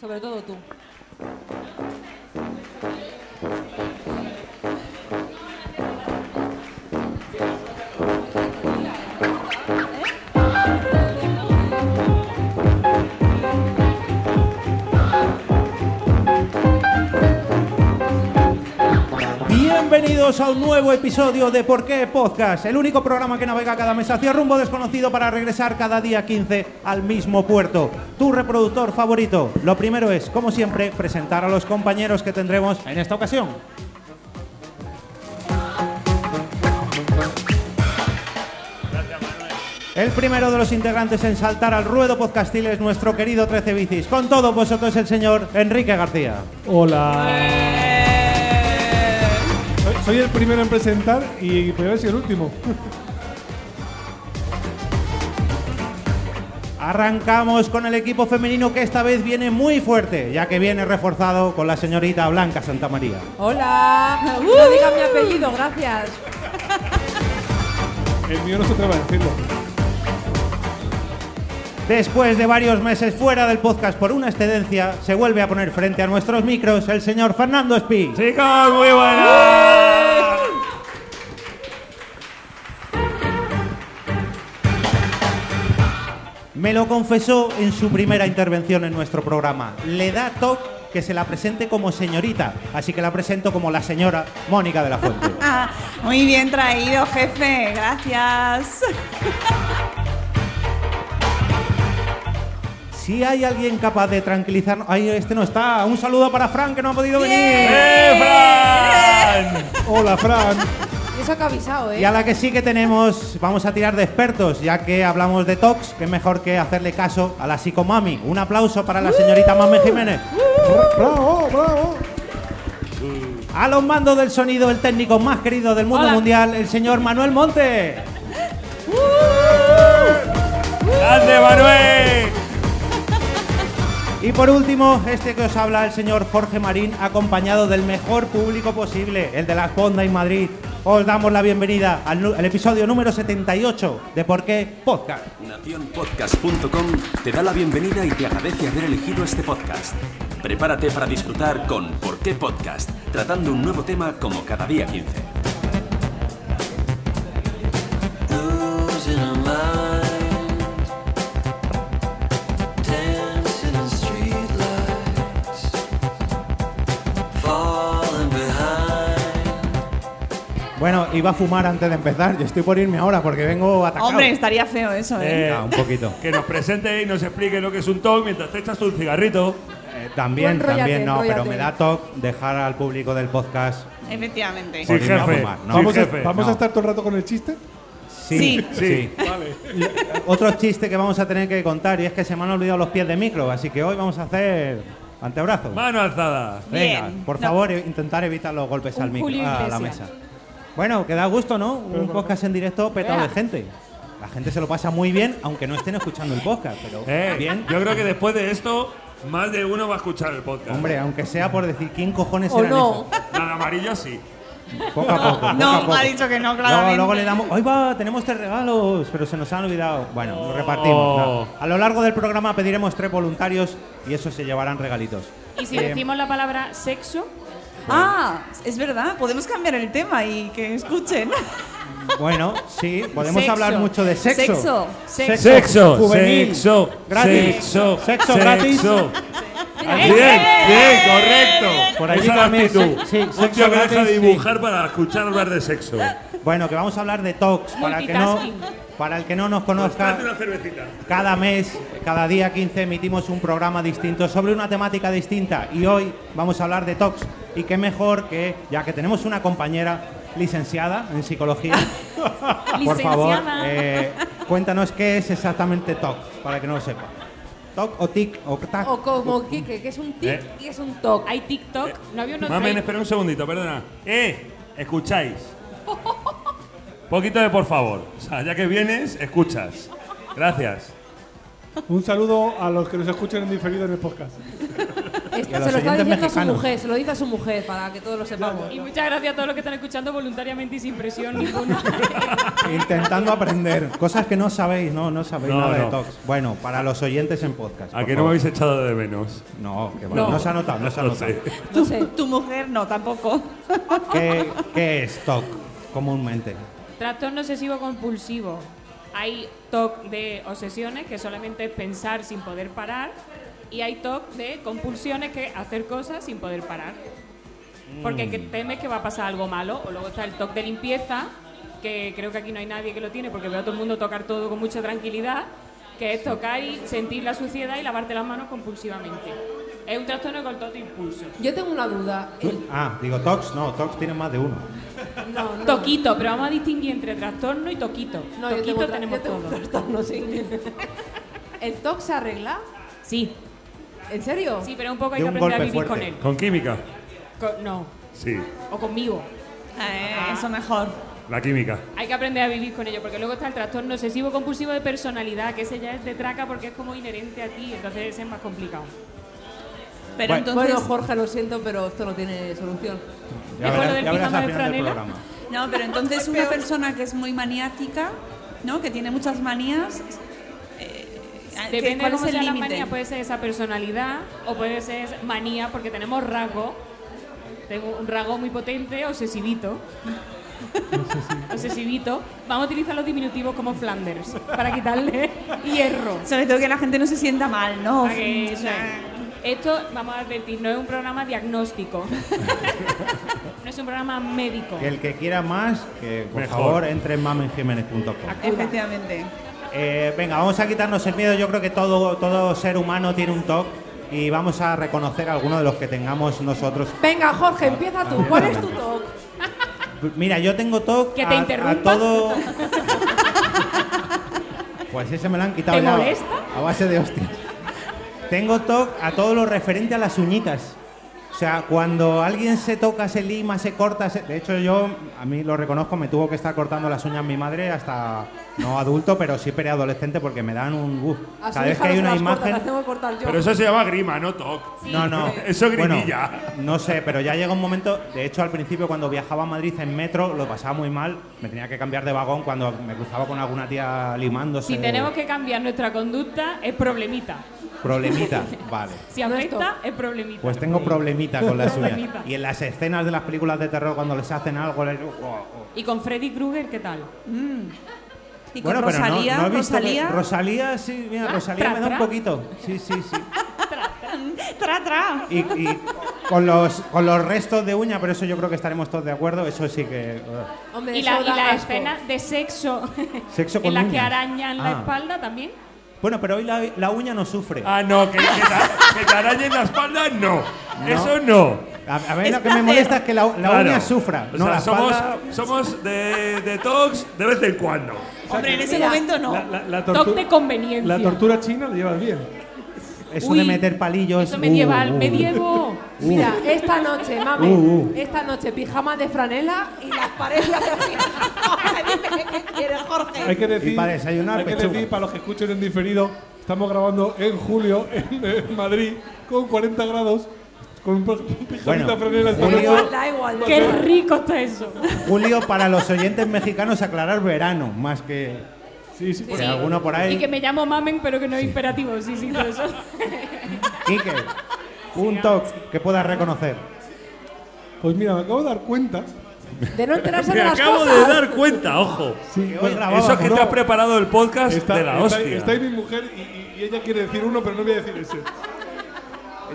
Sobre todo tú. Bienvenidos a un nuevo episodio de Por qué Podcast, el único programa que navega cada mes hacia rumbo desconocido para regresar cada día 15 al mismo puerto. Tu reproductor favorito. Lo primero es, como siempre, presentar a los compañeros que tendremos en esta ocasión. El primero de los integrantes en saltar al ruedo podcastil es nuestro querido 13 Bicis. Con todos vosotros el señor Enrique García. Hola. Eh. Soy, soy el primero en presentar y podría ser el último. Arrancamos con el equipo femenino que esta vez viene muy fuerte, ya que viene reforzado con la señorita Blanca Santa María. Hola. No diga mi apellido, gracias. El mío no se atreve a decirlo. Después de varios meses fuera del podcast por una excedencia, se vuelve a poner frente a nuestros micros el señor Fernando Espí. Chicos, muy buenas. Me lo confesó en su primera intervención en nuestro programa. Le da toque que se la presente como señorita, así que la presento como la señora Mónica de la Fuente. Ah, Muy bien traído, jefe. Gracias. Si hay alguien capaz de tranquilizarnos. Ay, este no está. Un saludo para Fran que no ha podido venir. ¡Eh, Fran! Hola, Fran. Y Eso que ha avisado, ¿eh? Y a la que sí que tenemos, vamos a tirar de expertos, ya que hablamos de tox, que es mejor que hacerle caso a la psicomami. Un aplauso para la señorita Mame Jiménez. Bravo, bravo. A los mandos del sonido, el técnico más querido del mundo Hola. mundial, el señor Manuel Monte. ¡Grande, Manuel! Y por último, este que os habla, el señor Jorge Marín, acompañado del mejor público posible, el de la Fonda y Madrid. Os damos la bienvenida al, nu- al episodio número 78 de Por qué Podcast. Nacionpodcast.com te da la bienvenida y te agradece haber elegido este podcast. Prepárate para disfrutar con ¿Por qué podcast? Tratando un nuevo tema como cada día 15. Bueno, iba a fumar antes de empezar. Yo estoy por irme ahora porque vengo atacado. Hombre, estaría feo eso, ¿eh? Eh, Ah, un poquito. Que nos presente y nos explique lo que es un talk mientras te echas un cigarrito. Eh, también, Tú enróllate, también no, pero enróllate. me da toque dejar al público del podcast. Efectivamente. Sí, Por irme a jefe. fumar, no. Sí, ¿Vamos, jefe. a, vamos No. a estar todo el rato con el chiste? Sí. Sí. Otro chiste que vamos a tener que contar y es que se me han olvidado los pies de micro, así que hoy vamos a hacer antebrazos. Mano alzada. Venga, Bien. por No. favor, e- intentar evitar los golpes Un al micro, ah, Julio a la Iglesias. mesa. Bueno, que da gusto, ¿no? Un podcast en directo petado de Vea. gente. La gente se lo pasa muy bien, aunque no estén escuchando el podcast, pero Eh, bien. Yo creo que después de esto, más de uno va a escuchar el podcast. Hombre, aunque sea por decir quién cojones O eran no. esos. Nada amarillo sí. Poco a poco. poco a No, poco. ha dicho que no, Luego, claramente. luego le damos, hoy va, tenemos tres regalos, pero se nos han olvidado. Bueno, los repartimos. Oh. ¿no? A lo largo del programa pediremos tres voluntarios y esos se llevarán regalitos. Y si Eh, decimos la palabra sexo, Ah, es verdad. Podemos cambiar el tema y que escuchen. Bueno, sí, podemos Sexo. hablar mucho de sexo. Sexo. Sexo. juvenil, gratis, sexo gratis. Bien, bien, correcto. Por ahí Esa es la también, sí, actitud. sí, Un tío sexo que deja de gratis, dibujar para escuchar hablar de sexo. Bueno, que vamos a hablar de talks para el que no, para el que no nos Date conozca. una cervecita. Cada mes, cada día 15 emitimos un programa distinto sobre una temática distinta y hoy vamos a hablar de talks y qué mejor que ya que tenemos una compañera licenciada en psicología. Ah, Por favor, Licenciada. eh, cuéntanos qué es exactamente talks para que no lo sepa. Talk o tic o tac. O como Kike, que es un tic Eh. y es un toc. Hay Eh, TikTok, no había uno Mamen, que- espera un segundito, perdona. Eh, escucháis. Poquito de por favor. O sea, ya que vienes, escuchas. Gracias. Un saludo a los que nos escuchan en diferido en el podcast. Y a Esto los se lo está oyentes diciendo a su mexicanos. mujer, se lo dice a su mujer para que todos lo sepamos. Y muchas gracias a todos los que están escuchando voluntariamente y sin presión ninguna. Intentando aprender cosas que no sabéis, no, no sabéis No, nada de no. Tox. Bueno, para los oyentes en podcast. ¿A por que no me favor. habéis echado de menos? No, que va, No. no se ha notado, no se ha No notado. sé. No sé. Tu mujer no, tampoco. ¿Qué, qué es TOC comúnmente? Trastorno obsesivo compulsivo. Hay TOC de obsesiones, que solamente es pensar sin poder parar, y hay TOC de compulsiones, que es hacer cosas sin poder parar. Porque que temes que va a pasar algo malo, o luego está el TOC de limpieza, que creo que aquí no hay nadie que lo tiene, porque veo a todo el mundo tocar todo con mucha tranquilidad, que es tocar y sentir la suciedad y lavarte las manos compulsivamente. Es un trastorno con todo impulso. Yo tengo una duda. El- Ah, digo TOX, no, TOX tiene más de uno. no, no. Toquito, pero vamos a distinguir entre trastorno y toquito. No, yo toquito tengo, tra- tenemos yo tengo todo. trastorno, sí. ¿El TOC se arregla? Sí, ¿En serio? Sí, pero un poco hay De que un aprender a golpe vivir con fuerte. él. ¿Con química? Co- no, Sí, o conmigo. Eh, eso mejor. la química. Hay que aprender a vivir con ello, porque luego está el trastorno obsesivo compulsivo de personalidad, que ese ya es de traca porque es como inherente a ti, entonces ese es más complicado. Pero Bueno. entonces. Bueno, Jorge, lo siento, pero esto no tiene solución. Ya ¿Es por lo verás, del ya verás pijama al de final del franela? programa. No, pero entonces una persona que es muy maniática, ¿no? Que tiene muchas manías. eh, ¿qué- Depende ¿Cuál es de cómo el sea la límite? manía, pues. puede ser esa personalidad o puede ser esa manía, porque tenemos rasgo. Tengo un rasgo muy potente, obsesivito. obsesivito. Vamos a utilizar los diminutivos como Flanders para quitarle hierro. Sobre todo que la gente no se sienta mal, ¿no? Ah, que eso es. Esto, vamos a advertir, no es un programa diagnóstico. no es un programa médico. Que el que quiera más, que por Mejor. favor entre en mamenjiménez.com. Efectivamente. Eh, venga, vamos a quitarnos el miedo. Yo creo que todo, todo ser humano tiene un TOC y vamos a reconocer algunos de los que tengamos nosotros. Venga, Jorge, empieza tú. ¿Cuál es tu TOC? Mira, yo tengo TOC Que te a, interrumpa. a todo. Pues ese me lo han quitado ¿Te ya. molesta? A base de hostias. Tengo TOC a todo lo referente a las uñitas. O sea, cuando alguien se toca, se lima, se corta, se- de hecho yo, a mí lo reconozco, me tuvo que estar cortando las uñas mi madre hasta no adulto, pero sí preadolescente porque me dan un uf. A su Cada vez hija que hay no se una las corta, imagen, las tengo que cortar yo. Pero eso se llama grima, no toc. no, no. Eso es grimilla. Bueno, no sé, pero ya llega un momento. De hecho, al principio, cuando viajaba a Madrid en metro, lo pasaba muy mal. Me tenía que cambiar de vagón cuando me cruzaba con alguna tía limándose. Si tenemos que cambiar nuestra conducta, es problemita. Problemita, vale. Si No es afecta, es problemita. Pues tengo problemita con las uñas. Problemita. Y en las escenas de las películas de terror, cuando les hacen algo. les- oh, oh. Y con Freddy Krueger, ¿qué tal? Y con Bueno, pero no- Rosalía, no, he visto. que- Rosalía. Rosalía, sí, mira, Ah, Rosalía tra, me da un tra. poquito. Sí, sí, sí. Tra, tra. Y, y con, los, con los restos de uña, pero eso yo creo que estaremos todos de acuerdo. Eso sí que. ugh. Hombre, Y la, eso y da la asco. escena de sexo, Sexo con en la que uñas. arañan la Ah. espalda también. Bueno, pero hoy la, la uña no sufre. Ah, no, que, que, te- que te arañen la espalda, no. Eso no. A, a mí lo que me molesta es que la, la Claro. uña sufra. O no, sea, la somos, espalda- somos de, de tox de vez en cuando. Hombre, en ese Mira, momento no. La, la- la Toc tortu- de conveniencia. la tortura china la llevas bien. Eso Uy, de meter palillos. Eso medieval, uh, uh. medievo. Mira, esta noche, mami, Uh, uh. esta noche pijama de franela y las paredes de ¿Quieres, Jorge? Hay que decir, Y para desayunar, hay que pechuga. decir para los que escuchen en diferido, estamos grabando en julio en, en Madrid con 40 grados, con un, un pijamita Bueno, franela esta julio- noche. Da igual. Qué rico está eso. Julio, para los oyentes mexicanos, aclarar verano, más que. Sí, sí, que alguno por ahí. Y que me llamo mamen, pero que no es imperativo. Sí, sí, todo eso. Quique, un toque que puedas reconocer. Pues mira, me acabo de dar cuenta. De no enterarse Me de las acabo cosas. de dar cuenta, ojo. Sí, Que hoy bueno, grababa, Eso es que ¿no? te has preparado el podcast está, de la está- hostia. está ahí mi mujer y- y, y ella quiere decir uno, pero no voy a decir ese.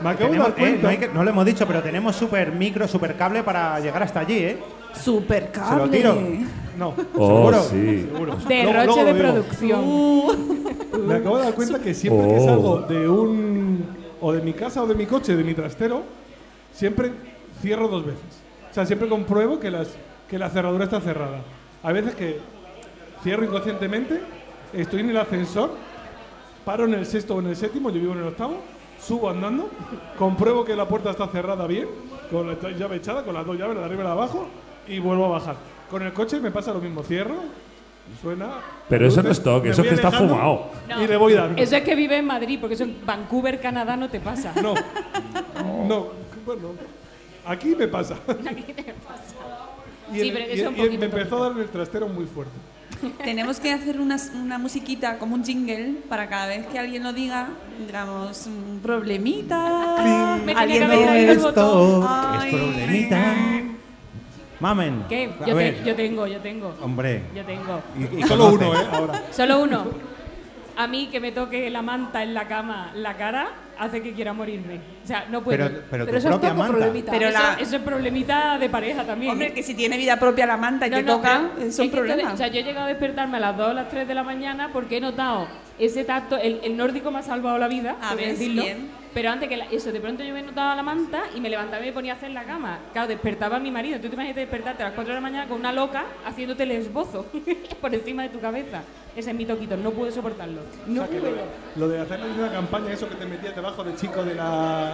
Me acabo de Tenemos- dar eh, cuenta. no, hay que- no lo hemos dicho, pero tenemos super micro, super cable para llegar hasta allí, ¿eh? Super Se lo tiro. No, Oh, seguro. sí. seguro. Derroche Luego- luego de lo digo. producción. Uh, Me acabo de dar cuenta que siempre que Oh. salgo de un. o de mi casa o de mi coche, de mi trastero, siempre cierro dos veces. O sea, siempre compruebo que, las, que la cerradura está cerrada. A veces que cierro inconscientemente, estoy en el ascensor, paro en el sexto o en el séptimo, yo vivo en el octavo, subo andando, compruebo que la puerta está cerrada bien, con la llave echada, con las dos llaves, la de arriba y la de abajo, y vuelvo a bajar. Con el coche me pasa lo mismo, cierro, Suena. Pero eso no Entonces, es toque, me eso voy que está alejando fumado. No. Y le voy dando. Eso es que vive en Madrid, porque eso en Vancouver, Canadá, no te pasa. No. No, bueno. Aquí me pasa. Y, Sí, el- pero que y- sea un y poquito me empezó poquito. a dar el trastero muy fuerte. Tenemos que hacer una, una musiquita como un jingle para cada vez que alguien lo diga, digamos, un problemita. Me tenía alguien que haber me- traído el Esto botón. es Ay. problemita. Mamen. ¿Qué? A Yo, te- ver, yo tengo, yo tengo. hombre. Yo tengo. Y, y Solo conoce. uno, ¿eh? Ahora. Solo uno. A mí que me toque la manta en la cama, la cara, hace que quiera morirme. O sea, no puedo. Pero, pero, Pero tu eso es propia todo manta. problemita. Pero eso, la- eso es problemita de pareja también. Hombre, ¿eh? que si tiene vida propia la manta y No, te no, toca, pero son es que entonces, problemas. O sea, yo he llegado a despertarme a las 2 o las 3 de la mañana porque he notado ese tacto. El, el nórdico me ha salvado la vida, A tengo que ver, decirlo. bien. Pero antes que la- eso, de pronto yo me notaba la manta y me levantaba y me ponía a hacer la cama. Claro, despertaba a mi marido. Tú te imaginas despertarte a las 4 de la mañana con una loca haciéndote el esbozo por encima de tu cabeza. Ese es mi toquito, no puedo soportarlo. No O sea, que puedo. Lo de hacer la misma campaña, eso que te metías debajo de chico de la. Ah,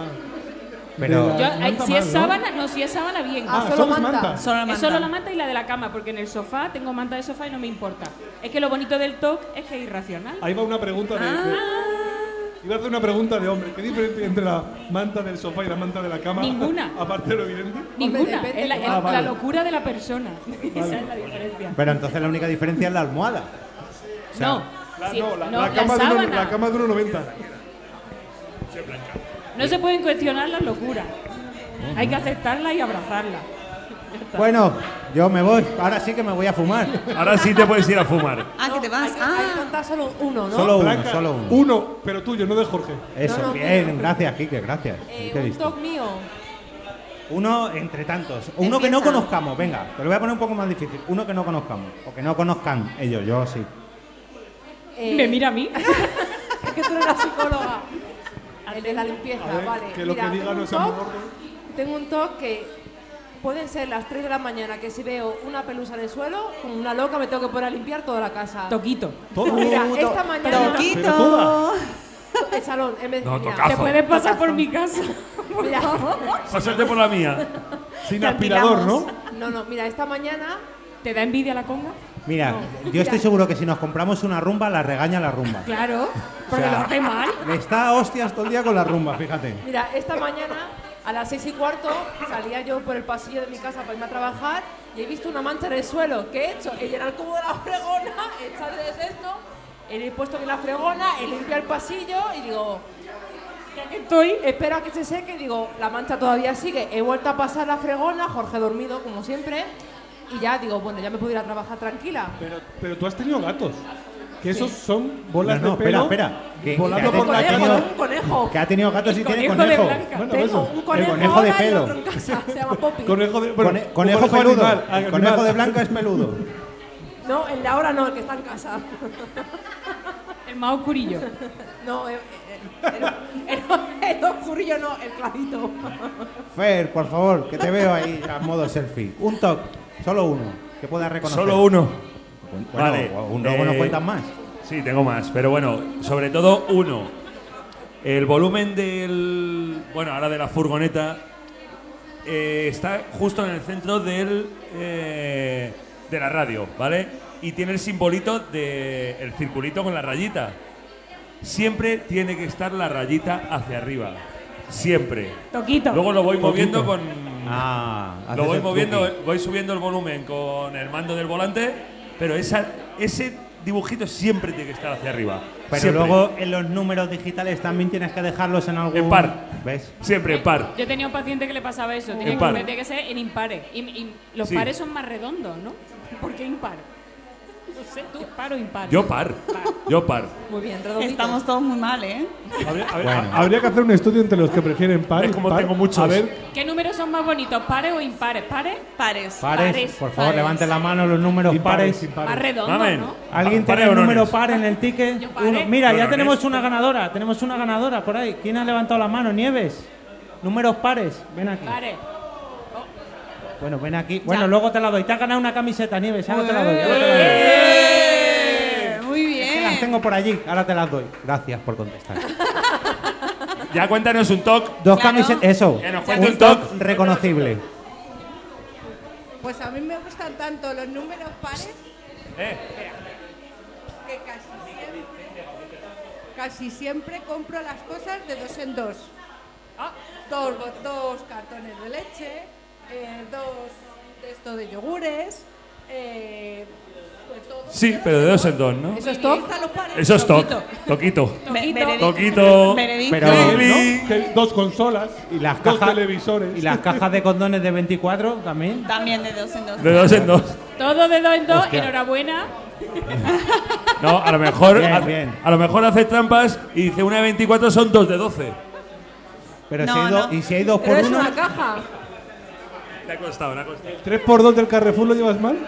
Pero- de la Yo, manta ay, si mal, es ¿no? sábana, no, si es sábana, bien. Ah, Ah, solo solo es manta. manta. Solo la Es manta. solo la manta y la de la cama, porque en el sofá tengo manta de sofá y no me importa. Es que lo bonito del TOC es que es irracional. Ahí va una pregunta de. de- Ah. Ah. Iba a hacer una pregunta de hombre. ¿Qué diferencia hay entre la manta del sofá y la manta de la cama? Ninguna. Aparte de lo evidente. Hombre, Ninguna. depende. Es la, es Ah, la vale. locura de la persona. Esa es la diferencia. Pero entonces la única diferencia es la almohada. O sea, no. La, Sí, no, la, no, la la cama de uno- sábana. la cama de 1,90. No se pueden cuestionar las locuras. Hay que aceptarla y abrazarla. Pues- Bueno, yo me voy. Ahora sí que me voy a fumar. Ahora sí te puedes ir a fumar. ah, que te vas. Hay que, hay que Ah, contar solo uno, ¿no? Solo uno, Blanca, solo uno. Uno, pero tuyo, no de Jorge. Eso, No, no, bien. no, no. gracias, Quique, gracias. Eh, Qué un listo. toque mío. Uno entre tantos. Uno que no Empieza. conozcamos, venga. Te lo voy a poner un poco más difícil. Uno que no conozcamos. O que no conozcan ellos, yo sí. Eh, Me mira a mí. Es que tú eres la psicóloga. El de la limpieza, A ver, vale. Ah, que lo que Mira, diga tengo no un sea muy toc- gordo. Tengo un toque que pueden ser las 3 de la mañana que si veo una pelusa en el suelo, como una loca me tengo que poner a limpiar toda la casa. Toquito. Todo. Mira, Uh, esta to- mañana Pero toquito. toda. el salón, en vez de No, mira, tocazo. Te puedes pasar por mi casa. mira, Pásate por la mía. Sin aspirador, ¿no? No, no, mira, esta mañana ¿Te da envidia la conga? Mira, yo estoy seguro que si nos compramos una rumba, la regaña la rumba. Claro. Porque sea, lo hace mal. Le está a hostias todo el día con la rumba, fíjate. Mira, esta mañana a las seis y cuarto salía yo por el pasillo de mi casa para irme a trabajar y he visto una mancha en el suelo. ¿Qué he hecho? He llenado el cubo de la fregona, he echado el cesto, he puesto bien la fregona, he limpiado el pasillo y digo, Ya que estoy. espero a que se seque. Digo, la mancha todavía sigue. He vuelto a pasar la fregona, Jorge dormido como siempre. Y ya digo, bueno, ya me puedo ir a trabajar tranquila. Pero, pero tú has tenido gatos. Que esos son bolas No, no, de pelo. espera, espera. Que- Volando que- por la Conejo, tenido- calle. tengo un conejo. Que ha tenido gatos y El tiene conejo de conejo. Blanca. Bueno, Tengo eso. un conejo, conejo de ahora y pelo. otro en casa. Se llama Poppy. Conejo de. bueno, Cone- un conejo peludo. ah, animal, el animal. conejo de Blanca es peludo. No, el de ahora no, el que está en casa. El más oscurillo. No, el, el, el- el oscurillo no, el clarito. Fer, por favor, que te veo ahí a modo selfie. Un toque, solo uno, que puedas reconocer. Solo uno. Bueno, Vale, un- luego nos eh, cuentan más. Sí, tengo más. Pero bueno, sobre todo uno. El volumen del. Bueno, ahora de la furgoneta. eh, está justo en el centro del. eh, de la radio, ¿vale? Y tiene el simbolito del el circulito con la rayita. Siempre tiene que estar la rayita hacia arriba. Siempre. Toquito. Luego lo voy moviendo Poquito. con. Ah, Lo haces voy el moviendo, eh. truqui. voy subiendo el volumen con el mando del volante, pero esa, ese dibujito siempre tiene que estar hacia arriba. Pero siempre, luego en los números digitales también tienes que dejarlos en algún. En par. ¿Ves? Siempre en par. Eh, Yo tenía un paciente que le pasaba eso, tenía, Impar. que, tenía que ser en impares. Y, y los Sí. pares son más redondos, ¿no? ¿Por qué impar? No sé, tú par o impar. Yo par. Yo par. Muy bien, redondito. Estamos todos muy mal, ¿eh? Habría, habría- Bueno. habría que hacer un estudio entre los que prefieren par. Es y como par. tengo muchos. A ver, ¿Qué números son más bonitos, pares o impares? ¿Pares? Pares. Pares, Pares, por favor, pares. levanten la mano los números pares. Más redondos, Mamen. ¿no? ¿Alguien Pares tiene el o nones. número par en el ticket? Yo paré. Uno. Mira, ya Nones. tenemos una ganadora. Tenemos una ganadora por ahí. ¿Quién ha levantado la mano? Nieves. Números pares. Ven aquí. Pares. Bueno, ven aquí. Bueno, luego te la doy. Te has ganado una camiseta, Nieves. Ahora te la doy. ahora te la doy. ¡Eh! Muy Es que bien. las tengo por allí. Ahora te las doy. Gracias por contestar. Ya cuéntanos un toc. Claro. Dos camisetas. Eso. Que nos cuente Un un toc. toc reconocible. Pues a mí me gustan tanto los números pares Eh, que casi siempre, casi siempre compro las cosas de dos en dos. Ah. Dos, bo- dos cartones de leche, eh, dos de esto de yogures, eh, pues todo sí, pero de dos en dos, ¿no? Eso es top. Hasta los pares. Eso es toc. Toquito. Ve- veredicto. Toquito. Veredicto. Pero- Bien, ¿no? Cling. Que dos consolas, Y las dos cajas, televisores. y las cajas de condones de 24 también. También de dos en dos. De dos en dos. Todo de dos en dos, Hostia. enhorabuena. No, a lo mejor, Bien, a, bien. a lo mejor hace trampas y dice una de 24 son dos de 12. Pero No, si hay dos, no. y si hay dos Pero por es uno, una caja. Le ha costado, le ha costado. 3x2 del Carrefour lo llevas mal.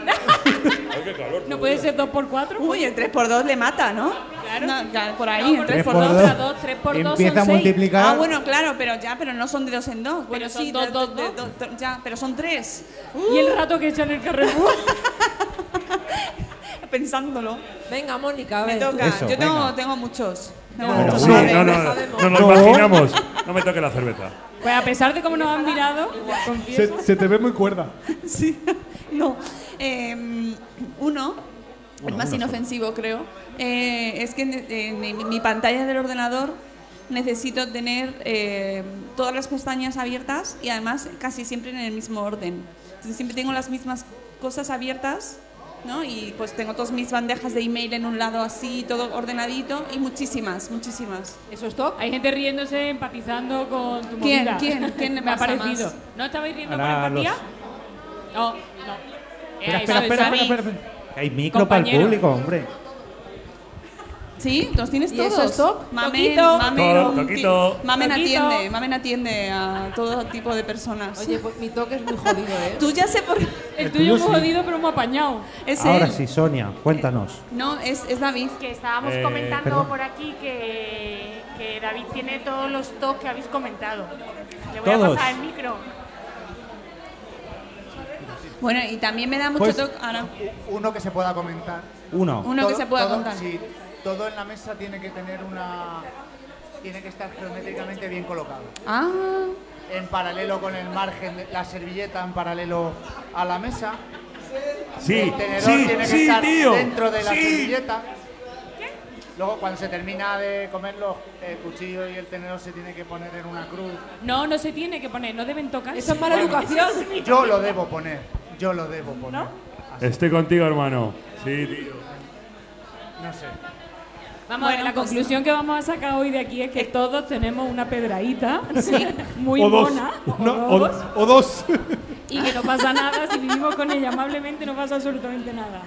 No puede ser dos por cuatro. Uy, el 3x2 le mata, ¿no? Claro. No, ya, por No, ahí. el por tres tres por por dos. dos, dos, a dos, tres por dos empieza son a seis. multiplicar. Ah, bueno, claro, pero ya, pero no son de dos en dos. Bueno, son sí, dos, de- dos, de- dos. de- ya, pero son tres. Y el rato que echan el Carrefour. Pensándolo. Venga, Mónica, a Me ver. toca. Eso, Yo tengo, venga. tengo muchos. Tengo Pero muchos. uno, A ver, no, no, venga. no, no nos No. imaginamos. No me toque la cerveza. Pues a pesar de cómo nos han mirado, confieso. Se, se te ve muy cuerda. Sí. No. Eh, uno, el más inofensivo, creo. eh, es que en, en mi, mi pantalla del ordenador necesito tener eh, todas las pestañas abiertas y además casi siempre en el mismo orden. Entonces siempre tengo las mismas cosas abiertas. ¿no? Y pues tengo todas mis bandejas de email en un lado así, todo ordenadito y muchísimas, muchísimas. Eso es top. Hay gente riéndose, empatizando con tu ¿Quién? movida. ¿Quién? ¿Quién me ha pasa parecido? más? ¿No estabais riendo Ahora por empatía? los- No, no. Eh, Espera, espera, ¿sabes? espera, Xavi, espera, espera, espera. Que Hay micro para el Compañero. público, hombre. Sí, los tienes ¿Y todos. eso es top? Mamen, Toquito. mamen, Todo, un ti- toquito. mamen Toquito. atiende, mamen atiende a todo tipo de personas. Oye, pues mi toque es muy jodido, ¿eh? Tú ya sé por El tuyo es muy jodido, pero muy apañado. es Ahora él. sí, Sonia, cuéntanos. No, es, es David. Que estábamos Eh, comentando perdón. por aquí que, que David tiene todos los toques que habéis comentado. Le voy Todos. a pasar el micro. Bueno, y también me da mucho Pues- toque. Ahora, Uno que se pueda comentar. Uno. uno que Todo- se pueda todo- contar. sí, todo en la mesa tiene que tener una. Tiene que estar geométricamente bien colocado. Ah, En paralelo con el margen, de- la servilleta en paralelo a la mesa. Sí, el tenedor sí, tiene que sí, estar tío. dentro de la Sí. servilleta. Luego, cuando se termina de comerlo, el cuchillo y el tenedor se tiene que poner en una cruz. No, no se tiene que poner, no deben tocar. Eso es mala educación. Yo lo debo poner. Yo lo debo poner. Estoy contigo, hermano. Sí, tío. No sé. Vamos a ver, Bueno, la pues- conclusión que vamos a sacar hoy de aquí es que todos tenemos una pedradita muy o dos. mona, o No, o, dos, o dos. y que no pasa nada, si vivimos con ella amablemente no pasa absolutamente nada.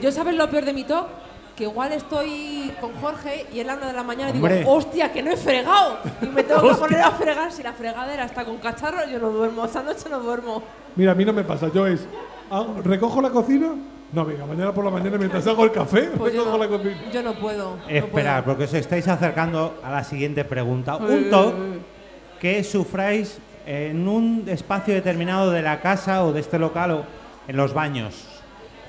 Yo sabes lo peor de mi top, que igual estoy con Jorge y es la una de la mañana y digo, Hombre. hostia, que no he fregado. Y me tengo que poner a fregar. Si la fregadera está con cacharro, yo no duermo. Esta noche no duermo. Mira, a mí no me pasa. Yo es. hago- ¿Recojo la cocina? No, venga, mañana por la mañana mientras hago el café, Pues yo, recojo la no, cocina. yo no puedo. no Esperar, porque os estáis acercando a la siguiente pregunta. Un top que sufráis en un espacio determinado de la casa o de este local o en los baños.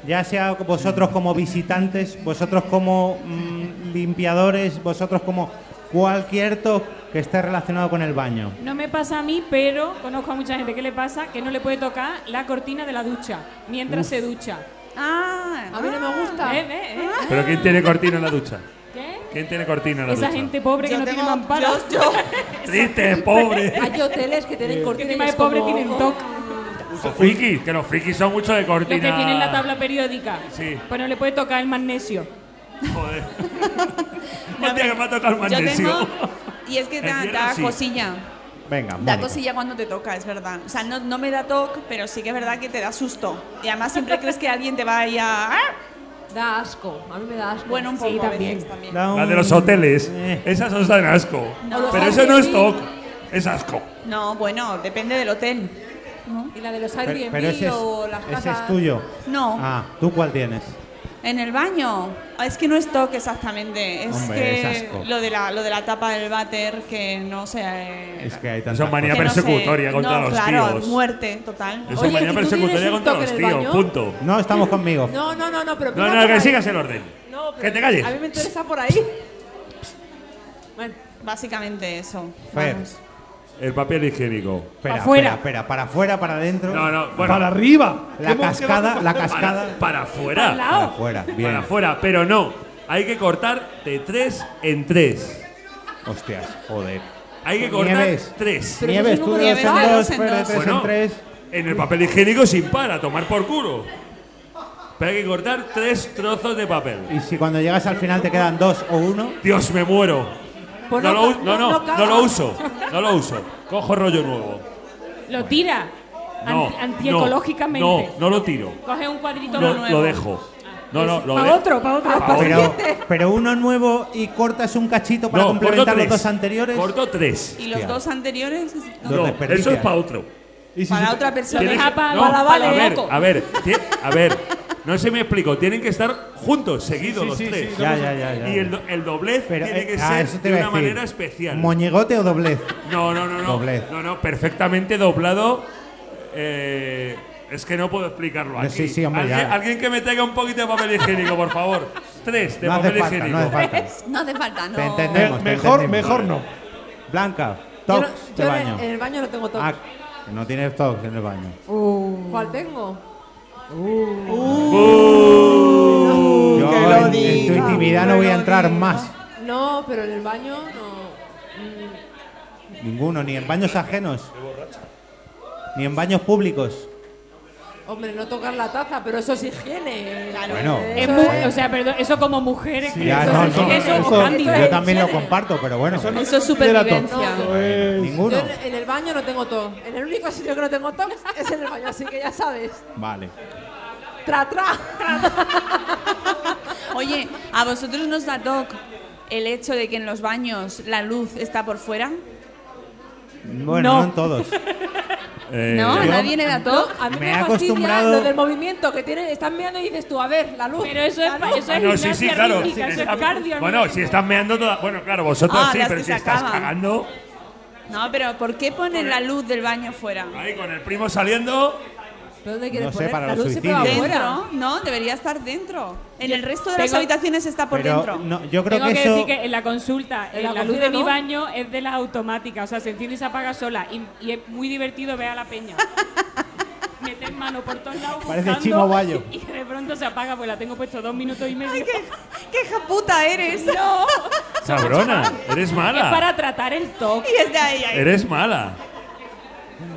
Ya sea vosotros como visitantes, vosotros como mm, limpiadores, vosotros como cualquier top que esté relacionado con el baño. No me pasa a mí, pero conozco a mucha gente que le pasa que no le puede tocar la cortina de la ducha mientras se ducha. ah, puedo. A mí no me gusta. Eh, eh, eh. Pero ¿quién tiene cortina en la ducha? ¿Qué? ¿Quién tiene cortina en la Esa ducha? gente pobre que Yo no tiene tengo- mampara. Triste, pobre. Hay hoteles que tienen Que cortinas. encima de pobre tienen toc. O frikis, que los frikis son mucho de Los que cortina. tienen la tabla periódica. Sí. Pues no le puede tocar el magnesio. Joder. Hostia, que me ha tocado el yo magnesio. tengo. Y es que da, El da viernes sí. cosilla. Venga, Da Mónica. cosilla cuando te toca, es verdad. O sea, no, no me da toque, pero sí que es verdad que te da susto. Y además siempre crees que alguien te va a ir a. ¡Ah! Da asco. A mí me da asco. Bueno, un poco Sí, a también. veces también. Da La un- de los hoteles. Eh. Esas os dan asco. No. Pero eso no es toc. Es asco. No, bueno, depende del hotel. Y la de los Pero, Airbnb pero ese, es, o las ese es casas. tuyo. No. Ah, ¿tú cuál tienes? En el baño. Ah, Es que no es toque exactamente. Es Hombre, que es asco. lo de la lo de la tapa del váter que no se. eh, Es que hay tantas Son manía que no se- persecutoria contra no, los claro, tíos. muerte total. Eso Oye, es ¿y mañana tú tienes persecutoria un contra toque los en el tíos, baño? punto. No, estamos conmigo. No, no, no, no, pero. No, mira no, por que ahí. sigas el orden. No, pero Que te calles. A mí me interesa por ahí. Bueno, Básicamente eso. Fer. Vamos. El papel higiénico. Espera, Afuera. espera, espera, para afuera, para adentro. No, no, bueno. Para arriba. La Hemos cascada, quedado- la Para- cascada. Para afuera. Al Para lado. afuera, bien. Para afuera, pero no. Hay que cortar de tres en tres. Hostias, joder. Hay que cortar Nieves. tres. Pero Nieves, eso es tú un de dos en número de dos, dos en Fer de dos. tres Bueno, en tres. en el papel higiénico sin para, tomar por culo. Pero hay que cortar tres trozos de papel. Y si cuando llegas al final te quedan dos o uno, Dios, me muero. Pues no, no lo, ca- u- no, no no, cagas. no lo uso. No lo uso. Cojo rollo nuevo. Lo tira. No, An- antiecológicamente. No, no lo tiro. Coge un cuadrito Lo, nuevo. lo dejo. No, no, lo Pa' dejo. otro, pa' Ah, otro. Pa' otro. pero, pero uno nuevo y cortas un cachito para No, corto complementar los tres. dos anteriores. Corto tres. Y los Hostia. dos anteriores no, Dos No, eso desperdicias. es para otro. Y si para se- otra persona. Tienes- deja pa- no, para Vale a ver, Loco. a ver, ti- a ver. No se me explico. Tienen que estar juntos, seguidos Sí, los sí, sí, tres. sí, Ya, ya, ya, ya. Y el, do- el doblez Pero, tiene eh, que ah, ser eso de te iba a una decir. manera especial. ¿Moñigote o doblez? No, no, no, no. Doblez. No, no, perfectamente doblado. Eh, es que no puedo explicarlo No, aquí. sí, sí, hombre, alguien, ya. alguien que me traiga un poquito de papel higiénico, por favor. Tres de No hace papel falta, higiénico. no hace falta. No hace falta, no. Te Me- entendemos. te mejor, entendemos. mejor no. Blanca, Yo no- eh, yo tox de en- baño. En el baño no tengo tox. Ah, que no tienes tox en el baño. ¿Cuál tengo? Yo que lo en, en tu diga, intimidad no voy a entrar más. No, pero en el baño no. Ninguno, ni en baños ajenos. Ni en baños públicos. Hombre, no tocar la taza, pero eso es higiene. Claro. Bueno. Es muy- o sea, perdón, eso como mujeres. que Ya, eso, no, eso- no, eso eso- o Candy yo Dulce. también lo comparto, pero bueno. eh, Eso no Eso es se considera supervivencia. tonto, es- Ninguno. Yo en, en el baño no tengo tox. En el único sitio que no tengo tox es en el baño, así que ya sabes. Vale. Tra, tra, tra. Oye, ¿a vosotros nos da toc el hecho de que en los baños la luz está por fuera? Bueno, no, No. en todos. Eh, no, a yo- nadie le da toc. A mí Me me, he fastidia acostumbrado- lo del movimiento que tiene, están mirando y dices tú, a ver, la luz. Pero eso es, La luz. eso es No, sí, sí, gimnasia claro. rítmica, Si eso está- es cardio. bueno, si estás meando toda. Bueno, claro, vosotros Ah, sí, las pero que si se estás acaban. cagando. No, pero ¿por qué ponen la luz del baño fuera? Ahí con el primo saliendo. ¿Pero dónde quieres No sé, poner? para la los luz se pega suicidios. afuera. Dentro, no, debería estar dentro. En el resto de las Tengo- habitaciones está por Pero dentro. no, yo creo Tengo que, que eso. decir que en la consulta, En en la la, luz cocina, de mi ¿no? baño es de las automáticas, o sea, se enciende y se apaga sola. Y, y es muy divertido ver a la peña. Meter mano por todos lados. Parece buscando, Chimo Bayo. Y de pronto se apaga, pues la tengo puesto dos minutos y medio. Ay, qué, qué japuta eres. No, Cabrona, eres es para mala. tratar el toque. Y es de ahí, ahí. Eres mala.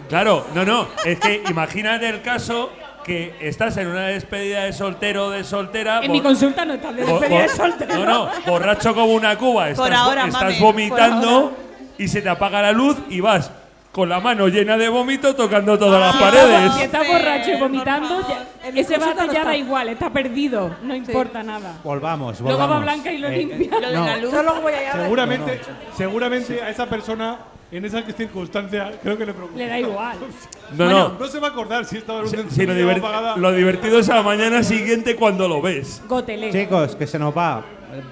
Claro, no, no. Es que imagínate el caso que estás en una despedida de soltero o de soltera. En mi bo- consulta no está bien bo- despedida de bo- soltero. No, no, borracho como una cuba. Estás, Por ahora, estás mame, vomitando por ahora. y se te apaga la luz y vas con la mano llena de vómito tocando todas las Ah, paredes. Si está Fer, borracho y por vomitando, favor. ya- En mi ese consulta bate no ya está. da igual, está perdido, no importa nada. Volvamos, Eh, volvamos. Luego va Blanca y lo limpia. Lo de la luz. Yo luego voy a ir a ver. Seguramente, seguramente a esa persona, en esa circunstancia, creo que le preocupa. Le da igual. No, no. No se va a acordar si estaba en un Si- centro si lo, de diver- apagada. lo divertido es a la mañana siguiente cuando lo ves. Gotelé. Chicos, que se nos va.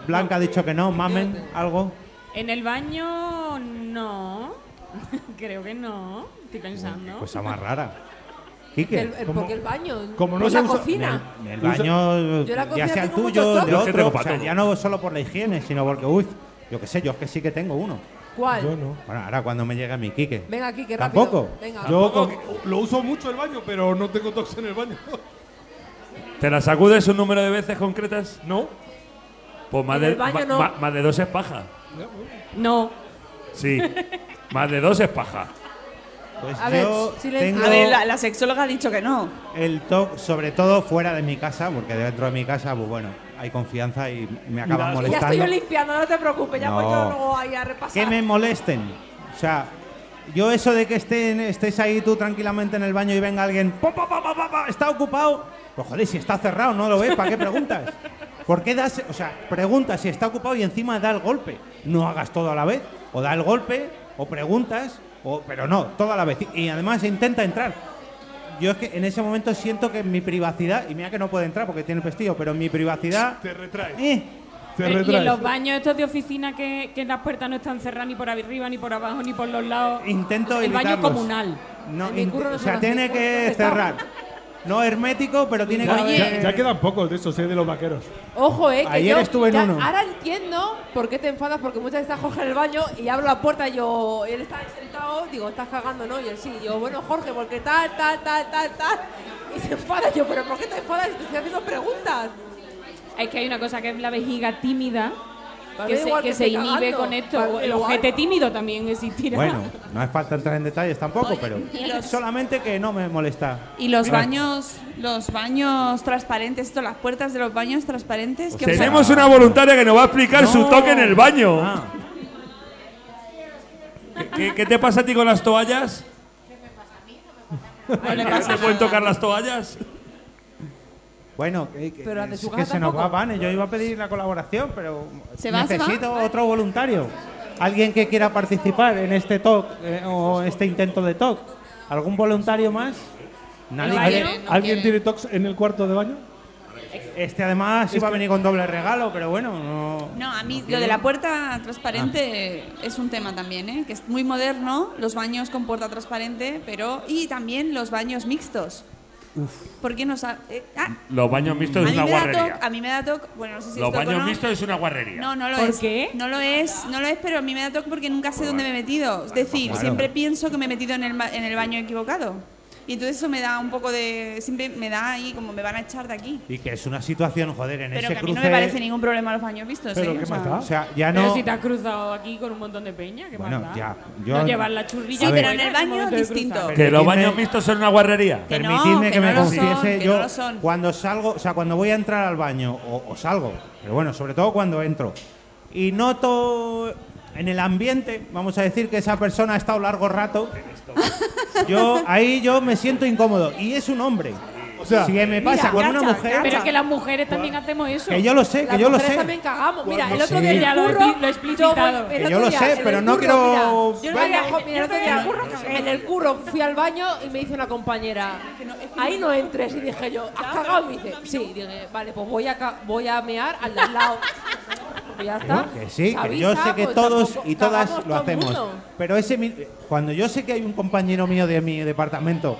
Blanca ha dicho que no, mamen, algo. En el baño, no. Creo que Ah, no. Estoy pensando. Cosa más rara. Que Quique, el- el- ¿cómo? porque el baño. como no pues se la usa- cocina. En el baño, Yo la ya cocina sea el tengo tuyo, muchos de toques. Yo es que otro, tengo o pa' sea, todo. ya no solo por la higiene, sino porque, uy, yo qué sé, yo es que sí que tengo uno. ¿Cuál? Yo no. Bueno, ahora cuando me llega mi Quique. Venga aquí, que rápido. ¿Tampoco? Venga. Yo con- lo uso mucho el baño, pero no tengo tox en el baño. ¿Te la sacudes un número de veces concretas? ¿No? Pues más En de, el baño ma- no. ma- más de dos es paja. No. Sí, más de dos es paja. Pues A ver, yo silencio. tengo A ver, la, la sexóloga ha dicho que no. el toque, sobre todo fuera de mi casa, porque dentro de mi casa, pues bueno, hay confianza y me das- acaban Ya estoy molestando. yo limpiando, no te preocupes, ya voy No. yo luego ahí a repasar. que me molesten. O sea, yo eso de que estén, estés ahí tú tranquilamente en el baño y venga alguien, "Pa, pa, pa, pa, pa, pa, está ocupado. Pues joder, si está cerrado, no lo ves, ¿para qué preguntas? ¿Por qué das, o sea, preguntas si está ocupado y encima da el golpe? No hagas todo a la vez, o da el golpe, o preguntas, o, pero no, todo a la vez. Y además intenta entrar. Yo es que en ese momento siento que en mi privacidad, y mira que no puede entrar porque tiene el pestillo, pero en mi privacidad, Te retraes. eh, Te Pero- y en los retraes. baños estos de oficina que, que las puertas no están cerradas ni por arriba, ni por abajo, ni por los lados. Intento O sea, El baño evitarlos. comunal. No, En mi int- curro no o sea, son así, tiene curro que donde cerrar. No hermético, pero tiene que Ya, haber- ya- ya quedan pocos de esos, ¿eh? de los vaqueros. Ojo, eh, que Ayer yo estuve en ya- uno. Ahora entiendo por qué te enfadas, porque muchas veces está Jorge en el baño y abro la puerta y yo, él está ahí sentado, digo, estás cagando, ¿no? Y él sí, yo, bueno, Jorge, porque tal, tal, tal, tal, tal. Y se enfada yo, pero ¿por qué te enfadas? Te estoy haciendo preguntas. Es que hay una cosa que es la vejiga tímida, Para que mí se, igual que que se estoy inhibe cagando. con Para esto. mí El igual. ojete tímido también existirá. Bueno, no hace falta entrar en detalles tampoco, pero solamente que no me molesta. Y los Vale. baños, los baños transparentes, esto, las puertas de los baños transparentes. ¿qué os parece? Tenemos una voluntaria que nos va a explicar su toque en el baño. Ah. ¿Qué, qué te pasa a ti con las toallas? No le ¿Te- pasa ¿Te pueden nada. tocar las toallas? Bueno, que, que- Pero las de es su que casa se nos va, tampoco. Vane. Yo iba a pedir la colaboración, pero ¿Se va, se va? necesito otro voluntario. Alguien que quiera participar en este talk eh, o este intento de talk. ¿Algún voluntario más? Nadie. baño? quiere. ¿Alguien tiene tox en el cuarto de baño? Este además iba a venir con doble regalo, pero bueno, no. No, a mí lo de la puerta transparente es un tema también, ¿eh? que es muy moderno, los baños con puerta transparente, pero y también los baños mixtos. ¿Por qué no sa- eh, ah, Los baños mixtos a es mí una me da guarrería. toc, a mí me da toc, bueno, no sé si Los es toc o baños no. mixtos es una guarrería. No, no lo ¿Por es. qué? No lo es, no lo es, pero a mí me da toque porque nunca sé dónde me he metido. Es decir, siempre pienso que me he metido en el, ma- en el baño equivocado. Y entonces eso me da un poco de... Siempre me da ahí como me van a echar de aquí. Y que es una situación, joder, en Pero ese que a mí cruce. no me parece ningún problema los baños vistos. Pero ¿eh? O ¿qué más sea, da? o sea, ya Pero no. si te has cruzado aquí con un montón de peña, ¿qué Bueno, más da? ya, yo- no llevar la churrilla. Sí, A ver. pero en el baño es distinto. Que los Permitidme- baños mixtos son una guarrería. Que no, Permitidme que que, no me lo son, confiese que yo no lo son. cuando salgo, o sea, cuando voy a entrar al baño o, o salgo, pero bueno, sobre todo cuando entro y noto en el ambiente, vamos a decir que esa persona ha estado largo rato, yo ahí yo me siento incómodo y es un hombre. O sea, si me pasa con una cacha, mujer, Pero es que las mujeres también hacemos eso. que yo lo sé, que Las yo lo mujeres sé. también cagamos. Mira, el Cuando otro sí. día en Ya el lo he curro, expli- lo he explicitado. el Que otro yo lo día, sé, en el pero no curro, quiero- mira, yo no Venga, quería- jo- mira, el otro día, en el curro fui al baño y me dice una compañera, ahí no entres. Y dije yo, ¿has cagado? Y me dice, sí. Dije, vale, pues voy a, ca- voy a mear al de al lado. Pues ya está. Bueno, que sí, Se que yo avisa, sé que pues todos tampoco y todas cagamos lo todo el hacemos. mundo. Pero ese mi- cuando yo sé que hay un compañero mío de mi departamento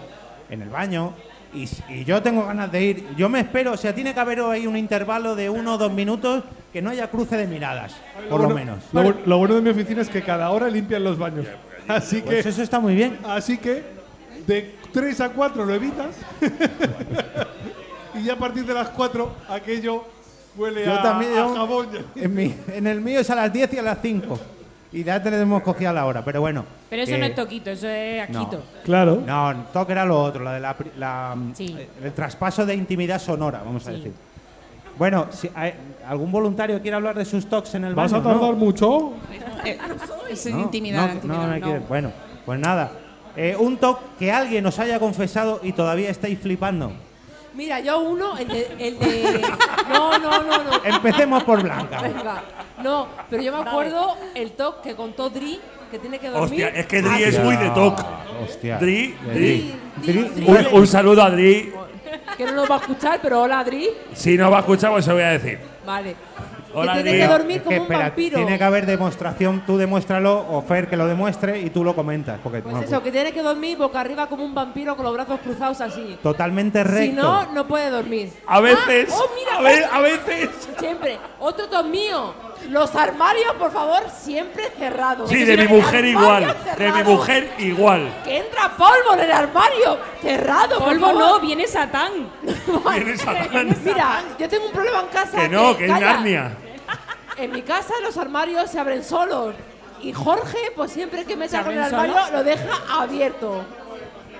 en el baño y, s- y yo tengo ganas de ir, yo me espero, o sea, tiene que haber ahí un intervalo de uno o dos minutos que no haya cruce de miradas, por lo bueno- menos. Lo, bu- lo bueno de mi oficina es que cada hora limpian los baños. Así que, Pues eso está muy bien. así que de 3 a 4 lo evitas. y ya a partir de las 4 aquello huele Yo a, también, a yo- Em- jabón. En, mi- en el mío es a las 10 y a las 5. Y ya tenemos cogida la hora, pero bueno. Pero eso que- no es toquito, eso es Eh, no. aquito. Claro. No, toque era lo otro, la de la, pri- la, mm, Sí. eh, el traspaso de intimidad sonora, vamos a decir. Bueno, si hay- algún voluntario quiere hablar de sus toques en el ¿Vas a baño, tardar ¿no? mucho? Eh, es No, intimidante. intimidante, no, no, no no. quiere- Bueno, pues nada. Eh, un toque que alguien os haya confesado y todavía estáis flipando. Mira, yo uno, el de, el de... No, no, no, no. Empecemos por Blanca. Venga. No, pero yo me acuerdo el toque que contó Dri, que tiene que dormir. Hostia, es que Dri es Hostia, muy de toc. Hostia. Dri, Dri. Dri, Dri. Un, un saludo a Dri. Que no nos va a escuchar, pero hola, Dri. Si no va a escuchar, pues se lo voy a decir. Vale. Hola, que Dri. tiene que dormir Es como que, un espera, vampiro. Tiene que haber demostración, tú demuéstralo, o Fer que lo demuestre y tú lo comentas. Porque Pues no- eso, que tiene que dormir boca arriba como un vampiro con los brazos cruzados así. Totalmente recto. Si no, no puede dormir. A veces. Ah, oh, mira, a, ve- a veces. Siempre. Otro top mío. Los armarios, por favor, siempre cerrados. Sí, Es de mi decir, mujer armarios igual. De mi cerrados. mujer igual. Que entra polvo en el armario. Cerrado. por Polvo no, favor. viene Satán. Viene Satán. Mira, yo tengo un problema en casa. Que no, que es calla, Narnia. En mi casa los armarios se abren solos. Y Jorge, pues siempre que mete ¿Se algo en el abren armario, lo deja abierto.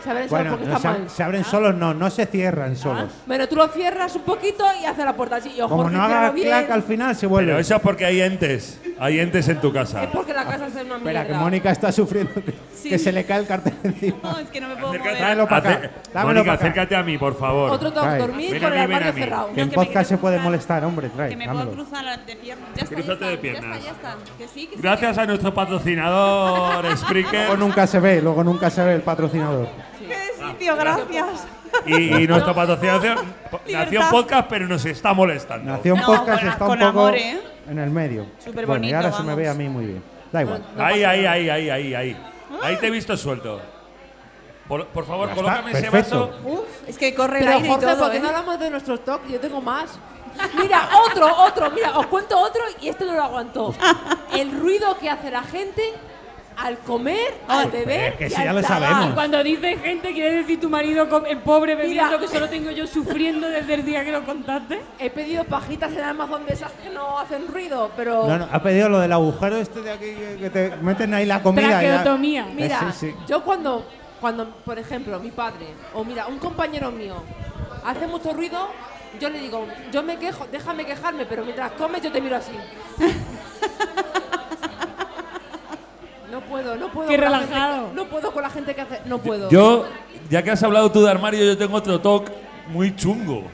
Se abren Bueno, solos porque no está se, ab- mal. se abren solos, no, no se cierran solos. Bueno, tú lo cierras un poquito y hace la puerta así. Yo, Como Jorge, no haga cierro bien. clac, al final se vuelve. Pero eso es porque hay entes. Hay entes en tu Es casa. porque la casa es una mierda. Espera, que Mónica está sufriendo que, Sí. que se le cae el cartel encima. No, es que no me puedo Acércate- mover. Dámelo pa' acá, acer- dámelo Mónica, pa' acá. acércate a mí, por favor. Otro toque, Ay. dormir Ven a con el mí, ven a armario mí. cerrado. Que en que me podcast quiero se puede cruzar. molestar, hombre, trae. Que me eh, dámelo. puedo cruzar de piernas. Ya está, ya Crúzate está, de Ya piernas. está, ya está. Que sí, que sí. Gracias a nuestro patrocinador, Luego Spreaker. nunca se ve, luego nunca se ve el patrocinador. Qué sitio, gracias. Y, y nuestro patrocinador, Nación Libertad. Podcast, pero nos está molestando. Nación No, Podcast con- está un con poco amor, ¿eh? en el medio. Súper bueno, y bonito, ahora se me vamos. ve a mí muy bien. Da igual. Ahí, ahí, ahí, ahí, ahí, ahí. Ahí te he visto suelto. Por, por favor, Ya está, colócame ese perfecto. vaso. Uf, es que corre el Pero aire y Jorge, todo, ¿por qué ¿eh? no hablamos de nuestros toques? Yo tengo más. Mira, otro, otro, mira, os cuento otro y este no lo aguantó. El ruido que hace la gente al comer, al beber. que y sí, al ya lo tragar. sabemos. Cuando dices gente, ¿quiere decir tu marido com- el pobre bebiendo Mira. que solo tengo yo sufriendo desde el día que lo contaste? He pedido pajitas en Amazon de esas que no hacen ruido, pero. No, no, ha pedido lo del agujero este de aquí que- que te meten ahí la comida. y la- Traqueotomía. Eh, Mira, sí, sí. yo cuando, cuando, por ejemplo, mi padre o mira, un compañero mío hace mucho ruido, yo le digo, yo me quejo, déjame quejarme, pero mientras comes yo te miro así. No puedo, no puedo. Qué con la gente- relajado. no puedo con la gente que hace. No puedo. Yo, ya que has hablado tú de armario, yo tengo otro toque muy chungo.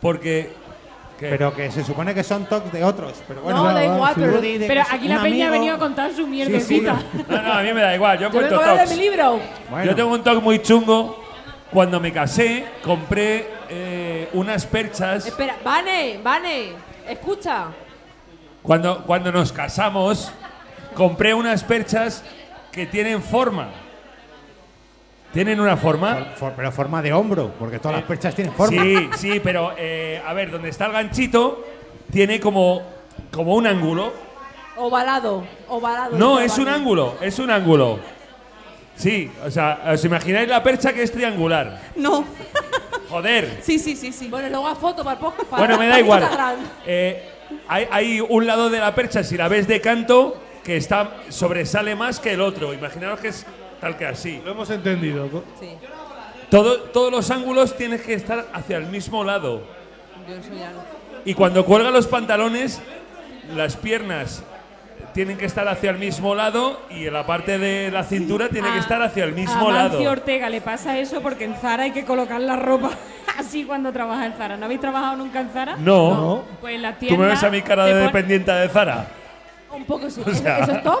Porque. ¿qué? Pero que se supone que son toques de otros. Pero bueno, no, va, da va, igual, sí. pero. Tú di de Pero que es aquí un la peña ha amigo. venido a contar su sí. mierdecita. No, no, a mí me da igual, Yo yo vengo cuento a hablar de toques. mi libro. Bueno. Yo tengo un toque muy chungo. Cuando me casé, compré eh, unas perchas. Espera, Vane, Vane, escucha. Cuando, cuando nos casamos, compré unas perchas que tienen forma. ¿Tienen una forma? For- pero forma de hombro, porque todas las perchas tienen forma. Sí, sí, pero eh, a ver, donde está el ganchito, tiene como, como un ángulo. Ovalado, ovalado. No, dice es un Vane. ángulo, es un ángulo. Sí, o sea, os imagináis la percha que es triangular. No. Joder. Sí, sí, sí, sí. Bueno, luego a foto para el post- para Bueno, me da igual. Instagram. Eh, hay, hay un lado de la percha, si la ves de canto, que está sobresale más que el otro. Imaginaros que es tal que así. Lo hemos entendido. co- Sí, Todo- todos los ángulos tienes que estar hacia el mismo lado. yo eso ya no. Y cuando cuelga los pantalones, las piernas tienen que estar hacia el mismo lado y en la parte de la cintura tiene que A- estar hacia el a mismo Amancio lado. Ortega le pasa eso porque en Zara hay que colocar la ropa así cuando trabaja en Zara. ¿No habéis trabajado nunca en Zara? No. Pues en las ¿Tú tiendas. me ves a mi cara te de pon- dependiente de Zara? Un poco sí. O sea- ¿Eso es top?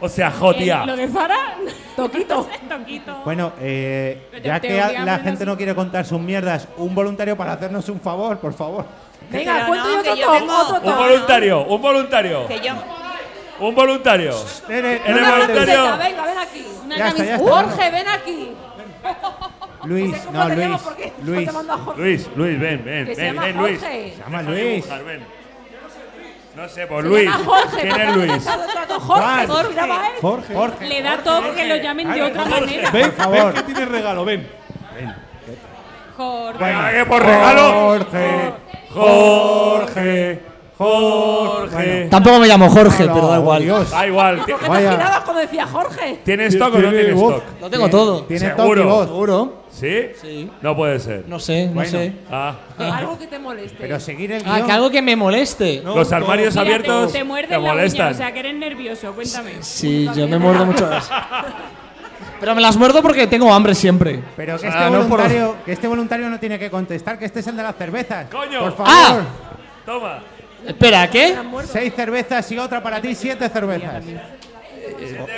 O sea, en jodia. Eh, Lo de Zara. Toquito. Toquito. Bueno, eh, Pero te- ya te que a- odiamos, la no gente sé. no quiere contar sus mierdas, un voluntario para hacernos un favor, por favor. Venga, Pero cuento no, yo que otro yo top, tengo- otro Un top. voluntario, un voluntario, Que yo. un voluntario. Tere, Eres no, no, Una voluntario. camiseta, venga, ven aquí. Una Ya está, camiseta. ya está. Jorge, ven aquí. No Luis, sé cómo no, te llamo Luis. porque no Luis. te mando a Jorge. Luis, Luis, ven, ven, Que se ven, llama ven, Luis. Jorge. Se llama deja Luis. dibujar, ven. No sé, por Se Luis. llama Jorge. ¿Quién es Luis? Jorge, Juan. se miraba él. Jorge, Jorge. Le da toque que lo llamen de Claro, otra Jorge. manera. Ven, Por favor. ven que tienes regalo, ven. Jorge. Ah, que por regalo. Jorge. Jorge, Jorge. Tampoco me llamo Jorge, No, pero da igual. Dios. Da igual. ti- ¿Por qué Vaya. te girabas cuando decía Jorge? ¿Tienes stock o no Tiene tienes voz. stock? Lo tengo todo. Tiene Seguro. toque y voz. ¿Seguro? ¿Sí? Sí. No puede ser. No sé, no Bueno. sé. Ah. Algo que te moleste. Pero seguir el Ah, guión. que algo que me moleste. No, Los todo. armarios Mira, te- abiertos te, te, muerden la molestan. uña, o sea que eres nervioso, cuéntame. Sí, yo me muerdo muchas. Pero me las muerdo porque tengo hambre siempre. Pero Ah, que O este, sea, no por- voluntario, que este voluntario no tiene que contestar, que este es el de las cervezas. Coño. Por favor. ¡Ah! Toma. Espera, ¿qué? Seis cervezas y otra para ti, siete cervezas.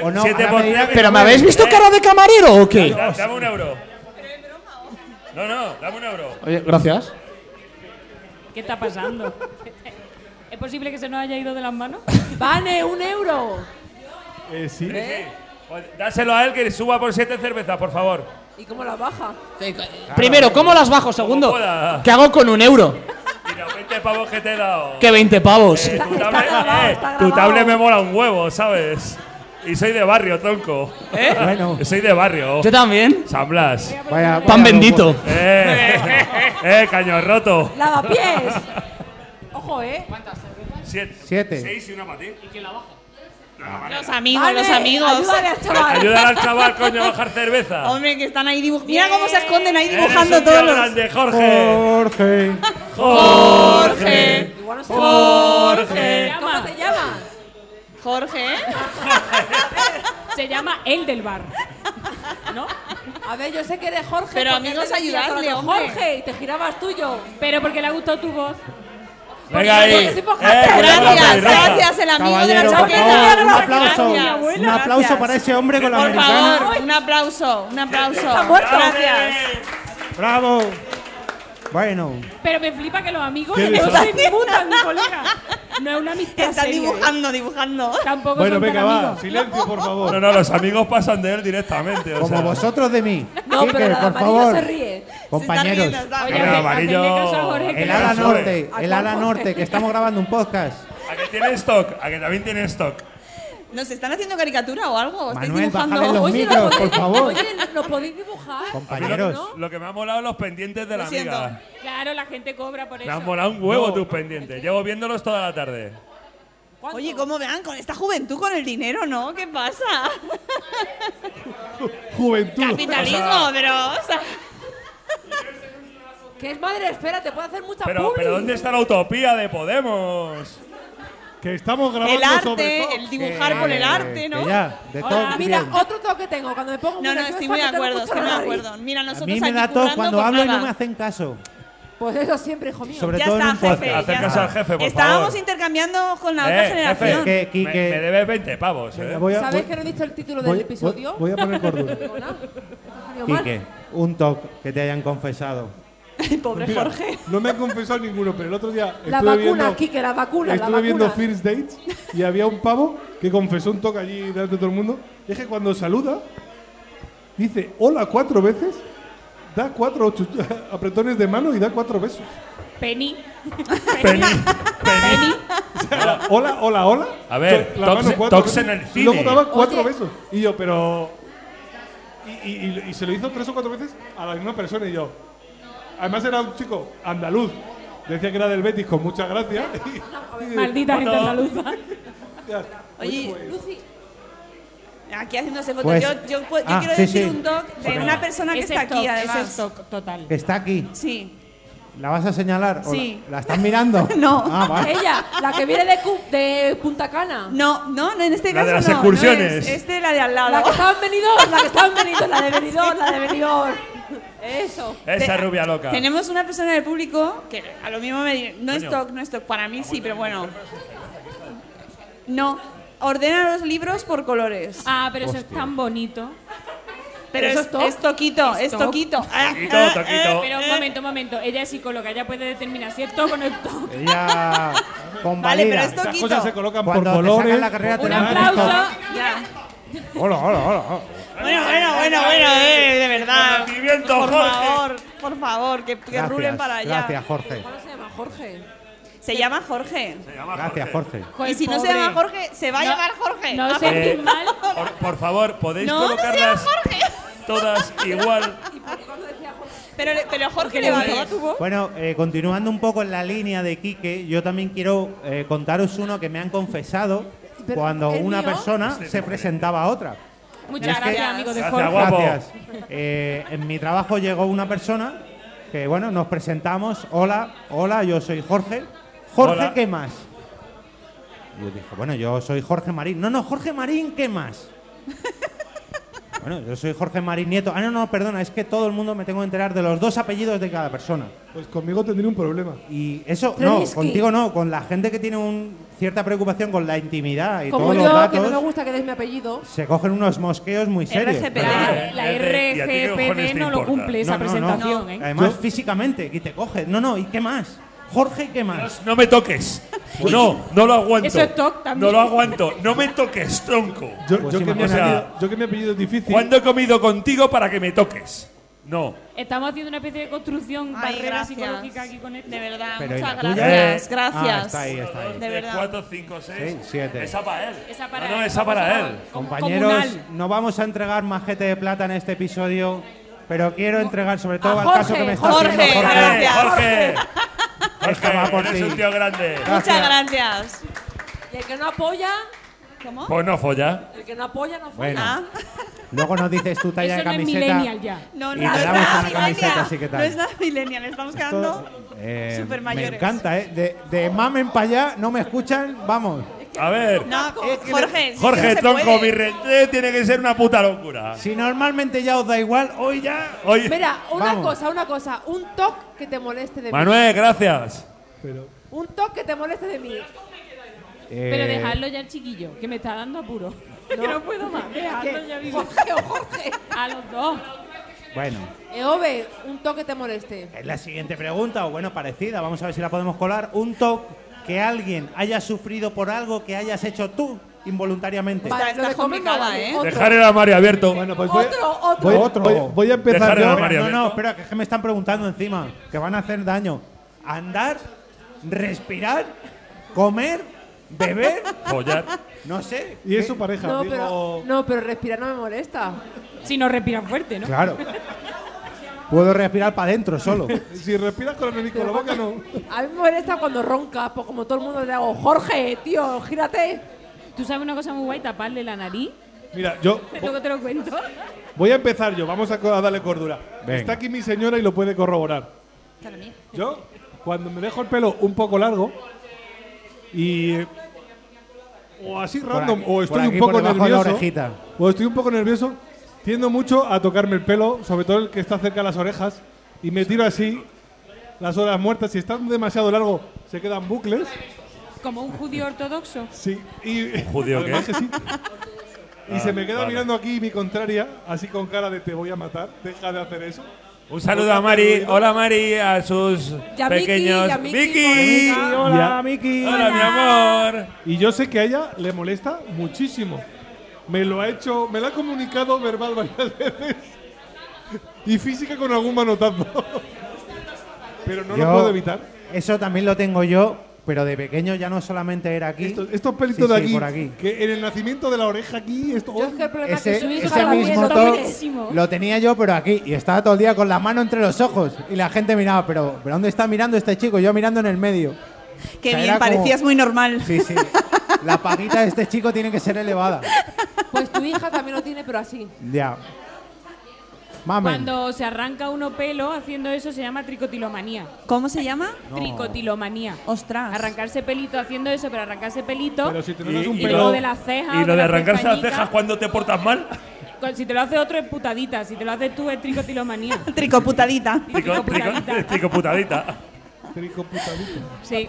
O no, Siete ahora por me dirá tres, que- ¿Pero me habéis visto Eh, cara de camarero o qué? da- Dame un euro. No, no, dame un euro. Oye, gracias. ¿Qué está pasando? ¿Es posible que se nos haya ido de las manos? Vane, un euro. Eh, sí. Pues Dáselo a él que suba por siete cervezas, por favor. ¿Y cómo la baja? Primero, ¿cómo las bajo? Segundo, pueda. ¿qué hago con un euro? Y los 20 pavos que te he dado. Que 20 pavos. Eh, tu Está tablet, grabado, eh, está tu grabado. tablet me mola un huevo, ¿sabes? Y soy de barrio, tronco. Bueno, Soy de barrio. Yo también. San Blas. vaya, Pan vaya bendito. loco. Eh, eh, caño roto. Lavapiés. Ojo, ¿eh? Siete. Siete. Seis y una para ti. Los amigos, los Vane, amigos. Ayúdale al chaval. Ayudar al chaval, coño, a bajar cerveza. Hombre, que están ahí dibujando. Mira cómo se esconden ahí Eres dibujando un tío todos los. grande, Jorge. Jorge. Jorge. Igual no se Oh. Jorge. ¿Cómo te llamas? Jorge, ¿eh? Se llama el del bar. ¿No? A ver, yo sé que eres Jorge. Pero, porque amigos, te decía todo el ayudadle, rato, hombre. Jorge, y te girabas tuyo. Pero porque le ha gustado tu voz. Venga ahí. Porque Eh, soy pojata. cuidado con la Gracias, pelirroja. gracias, el amigo de la Caballero, por chaqueta. favor, un aplauso. Gracias. un aplauso para ese hombre con la Por americana. favor, un aplauso, un aplauso. muerto. Gracias. Bravo. Bueno, Pero me flipa que los amigos Qué de no se desastre. imputan, colega. No es una amistad Está seria, ¿eh? dibujando, dibujando. Tampoco Bueno, son tan venga, va, amigos. Silencio, por favor. No, no, los amigos pasan de él directamente. o Como sea. vosotros de mí. No, Quique, pero la de por amarillo favor. se ríe. Se está Compañeros. riendo, está No, bien. no, amarillo. El ala Sube. norte, el ala norte, que estamos grabando un podcast. ¿A que tiene stock? ¿A que también tiene stock? ¿Nos están haciendo caricatura o algo? ¿Estáis Manuel, dibujando? bájale los Oye, micros, no- por favor. Oye, ¿no- ¿nos podéis dibujar? Compañeros. Lo, que me ha molado los pendientes de la Lo siento. amiga. Claro, la gente cobra por Me eso. han molado un huevo tus pendientes. Llevo viéndolos toda la tarde. Oye, ¿cómo vean con esta juventud con el dinero, no? ¿Qué pasa? Juventud. Capitalismo, pero. O sea, Que es madre, espera, te puede hacer mucha Pero, publi. pero ¿dónde está la utopía de Podemos? Que estamos grabando el sobre todo. arte, el dibujar con el arte, Eh, Que ¿no? ya, de Hola, todo Ah, mira, bien. otro toque que tengo. Cuando me pongo No, no, nerviosa, estoy muy de tengo acuerdo, mucho estoy muy de raíz. acuerdo. Mira, A nosotros mí me aquí da tos currando cuando por hablo y nada. no me hacen caso. Pues eso siempre, hijo mío. Sobre Ya todo en está, un podcast. jefe. ya Acércase está. al jefe, por Estábamos favor. intercambiando con la otra Eh, generación. jefe. Que jefe, me, Quique- me debes 20 pavos, ¿eh? Venga, voy a- ¿Sabéis voy- que no he dicho el título voy- del episodio? voy- voy a poner cordura. Perdona, ha salido mal. Quique, un toque que te hayan confesado. Pobre Mira, Jorge. No me han confesado ninguno, pero el otro día estuve La vacuna, viendo, Quique, la vacuna, la estuve vacuna. viendo First Dates y había un pavo que confesó un toque allí delante de todo el mundo. Y es que cuando saluda, dice hola cuatro veces, da cuatro chu- apretones de mano y da cuatro besos. Penny. Penny. Penny. O sea, hola, hola, hola. A ver, la Tox- mano cuatro Tox veces, en el y Luego cine. daba cuatro Oye. besos. Y yo, pero. Y, y- y- y se lo hizo tres o cuatro veces a la misma persona y yo. Además era un chico andaluz. Decía que era del Betis con mucha gracia. Maldita gente andaluza. Oye, Lucy, Aquí haciéndose fotos. Pues- yo, yo puedo- yo Ah, quiero sí, decir sí. un doc de Venga. una persona que Ese está aquí, stock, además. ese stock total. Que está aquí. Sí. ¿La vas a señalar? ¿O la- Sí. ¿La, estás mirando? No. Ah, vale. ella, la que viene de, Cu- de Punta Cana. No, no, no, en este La de caso las no, no excursiones. es. Este la de al La que lado. estaba en Benidorm, la que estaba en Benidorm, la de Benidorm, la de Benidorm. Eso. Te- Esa rubia Ah. loca. Tenemos una persona del público que a lo mismo me dice, no es Coño. stock, no es stock, para Ah, mí sí, pero bueno. No, ordena los libros por colores. Ah, pero eso es tan bonito. pero ¿eso es, es toc? es toquito, Es es toc. toquito. Ah, Toquito, ah, toquito. ah, Pero un momento, un momento. Ella es psicóloga, ella puede determinar si es toc o no es toc. Ella Vale, convalida. pero esto Las quito. cosas se colocan Cuando por te colores. sacan la carrera Un te dan aplauso. Ya. Hola, hola, hola. Bueno, bueno, bueno, bueno, eh, de verdad. Conocimiento, Por Jorge. favor, por favor, que, que Gracias, rulen para allá. Gracias, Jorge. ¿Cómo se llama? Jorge. Se llama Jorge. Se llama Gracias, Jorge. Joder, y si no se pobre. llama Jorge, se va a No, llamar Jorge. No Ah, os sentís Eh, mal. Por, por favor, podéis No, no se llama colocarlas Jorge. todas igual. Pero, pero Jorge Porque le le bajó ves. tu voz. Bueno, eh, continuando un poco en la línea de Quique, yo también quiero eh, contaros uno que me han confesado Pero, cuando ¿el una mío? persona se presentaba a otra. Muchas Es que- gracias, amigo de Gracias, Jorge. guapo. Gracias. Eh, en mi trabajo llegó una persona que, bueno, nos presentamos. Hola, hola, yo soy Jorge. Jorge, Hola. ¿qué más? Yo dije, bueno, yo soy Jorge Marín. No, no, Jorge Marín, ¿qué más? bueno, yo soy Jorge Marín Nieto. Ah, no, no, perdona, es que todo el mundo me tengo que enterar de los dos apellidos de cada persona. Pues conmigo tendría un problema. Y eso, no, Trevisky. contigo no, con la gente que tiene un, cierta preocupación con la intimidad y Como todos yo, los que datos, no me gusta que deis mi apellido. se cogen unos mosqueos muy serios. RGPD. Pero, La, la eh, eh, ¿y a ti qué cojones RGPD te no lo importa? cumple esa No, no, no. presentación, ¿eh? Además, físicamente, que te coge. No, no, ¿y qué más? Jorge, ¿y qué más? No me toques. No, no lo aguanto. Eso es toc también. No lo aguanto. No me toques, tronco. Yo, Pues yo que, mi imagínate. apellido, yo que mi apellido es difícil. ¿Cuándo he comido contigo para que me toques? No. Estamos haciendo una especie de construcción Ay, barrera gracias. psicológica aquí con este. De verdad, Pero, ¿y muchas la tuya? gracias. Eh, Gracias. Ah, está ahí, está ahí. De verdad. 4, 5, 6. Sí, siete. Esa para él. Ah, Esa para no, no, él. esa para él. Compañeros, Comunal. no vamos a entregar majete de plata en este episodio, pero quiero entregar sobre todo A al caso que me está Jorge, haciendo Jorge. Gracias. Jorge. Esto va por Jorge, eres ti. un tío grande. Muchas gracias. Y el que no apoya, ¿Cómo? Pues no folla. el que no apoya, no fue. Bueno, Ah, luego nos dices tu talla Eso de no es camiseta. eh, millennial ya. no, Y no, te no es nada damos una camiseta, millennial. así que tal. No es nada millennial, estamos quedando Eh, super me mayores. encanta, ¿eh? De, de mamen para allá, no me escuchan, vamos. A ver. Eh, No, Jorge, si no Jorge se Tronco, puede. mi rente tiene que ser una puta locura. Si normalmente ya os da igual, hoy ya. Oye. Mira, una Vamos. cosa, una cosa. Un toque que te moleste de mí. Manuel, gracias. Pero Un toque que te moleste de mí. Pero Eh, dejadlo ya el chiquillo, que me está dando apuro. que no puedo más. Dejadlo ya vivir. Jorge o Jorge. A los dos. Bueno. Eove, un toque que te moleste. Es la siguiente pregunta, o bueno, parecida, vamos a ver si la podemos colar. Un toque que alguien haya sufrido por algo que hayas hecho tú involuntariamente. Está- está complicada, ¿eh? Dejar el armario abierto. Bueno, pues voy- Otro, otro. voy- voy- voy a empezar Dejar el yo. armario No, no, abierto. espera, que es que me están preguntando encima, que van a hacer daño. Andar, respirar, comer, beber, follar. No sé. Y es su pareja. No, digo, pero, no, pero respirar no me molesta. Si no respiran fuerte, ¿no? Claro. Puedo respirar para adentro solo. Si respiras con el nariz, con la boca no. A mí me molesta cuando ronca, pues como todo el mundo le hago, Jorge, tío, gírate. ¿Tú sabes una cosa muy guay? Taparle la nariz. Mira, yo Luego te lo cuento. voy a empezar yo. Vamos a, co- a darle cordura. Venga. Está aquí mi señora y lo puede corroborar. Yo, cuando me dejo el pelo un poco largo y. eh, O así Por random, aquí- o por estoy aquí, un poco por debajo de la nervioso. orejita. O estoy un poco nervioso, tiendo mucho a tocarme el pelo, sobre todo el que está cerca de las orejas, y me tiro así las horas muertas. Si están demasiado largo, se quedan bucles. Como un judío ortodoxo. Sí, y. judío además qué? que sí. Y Ah, se me queda vale. mirando aquí mi contraria, así con cara de te voy a matar, deja de hacer eso. Un saludo a Mari. Hola Mari, a sus Y a Miki, pequeños. y a Miki, Miki. hola. Hola, Miki. Hola, mi amor. Y yo sé que a ella le molesta muchísimo. Me lo ha hecho, me lo ha comunicado verbal varias veces. Y física con algún manotazo. Pero no Yo- lo puedo evitar. Eso también lo tengo yo, pero de pequeño ya no solamente era aquí. Estos, estos pelitos Sí, de sí, aquí, por aquí. Que en el nacimiento de la oreja aquí, esto. oh, Yo es que el problema es Ese, que su hijo ese cada día mismo está top buenísimo. lo tenía yo, pero aquí. Y estaba todo el día con la mano entre los ojos. Y la gente miraba, pero, pero ¿dónde está mirando este chico? Yo mirando en el medio. Qué O sea, bien, era como- parecías muy normal. Sí, sí. La paguita de este chico tiene que ser elevada. Pues tu hija también lo tiene, pero así. Ya. Mamen. Cuando se arranca uno pelo haciendo eso se llama tricotilomanía. ¿Cómo se llama? No. Tricotilomanía. Ostras. Arrancarse pelito haciendo eso, pero arrancarse pelito. Pero si te Y, notas un y pelo. lo, lo de las cejas, y lo de de las arrancarse las pestañicas. cejas cuando te portas mal. Con- Si te lo hace otro es putadita, si te lo haces tú es tricotilomanía. Tricoputadita. Trico, trico, Tricoputadita. tricoputadita. este tricoputadito. Sí.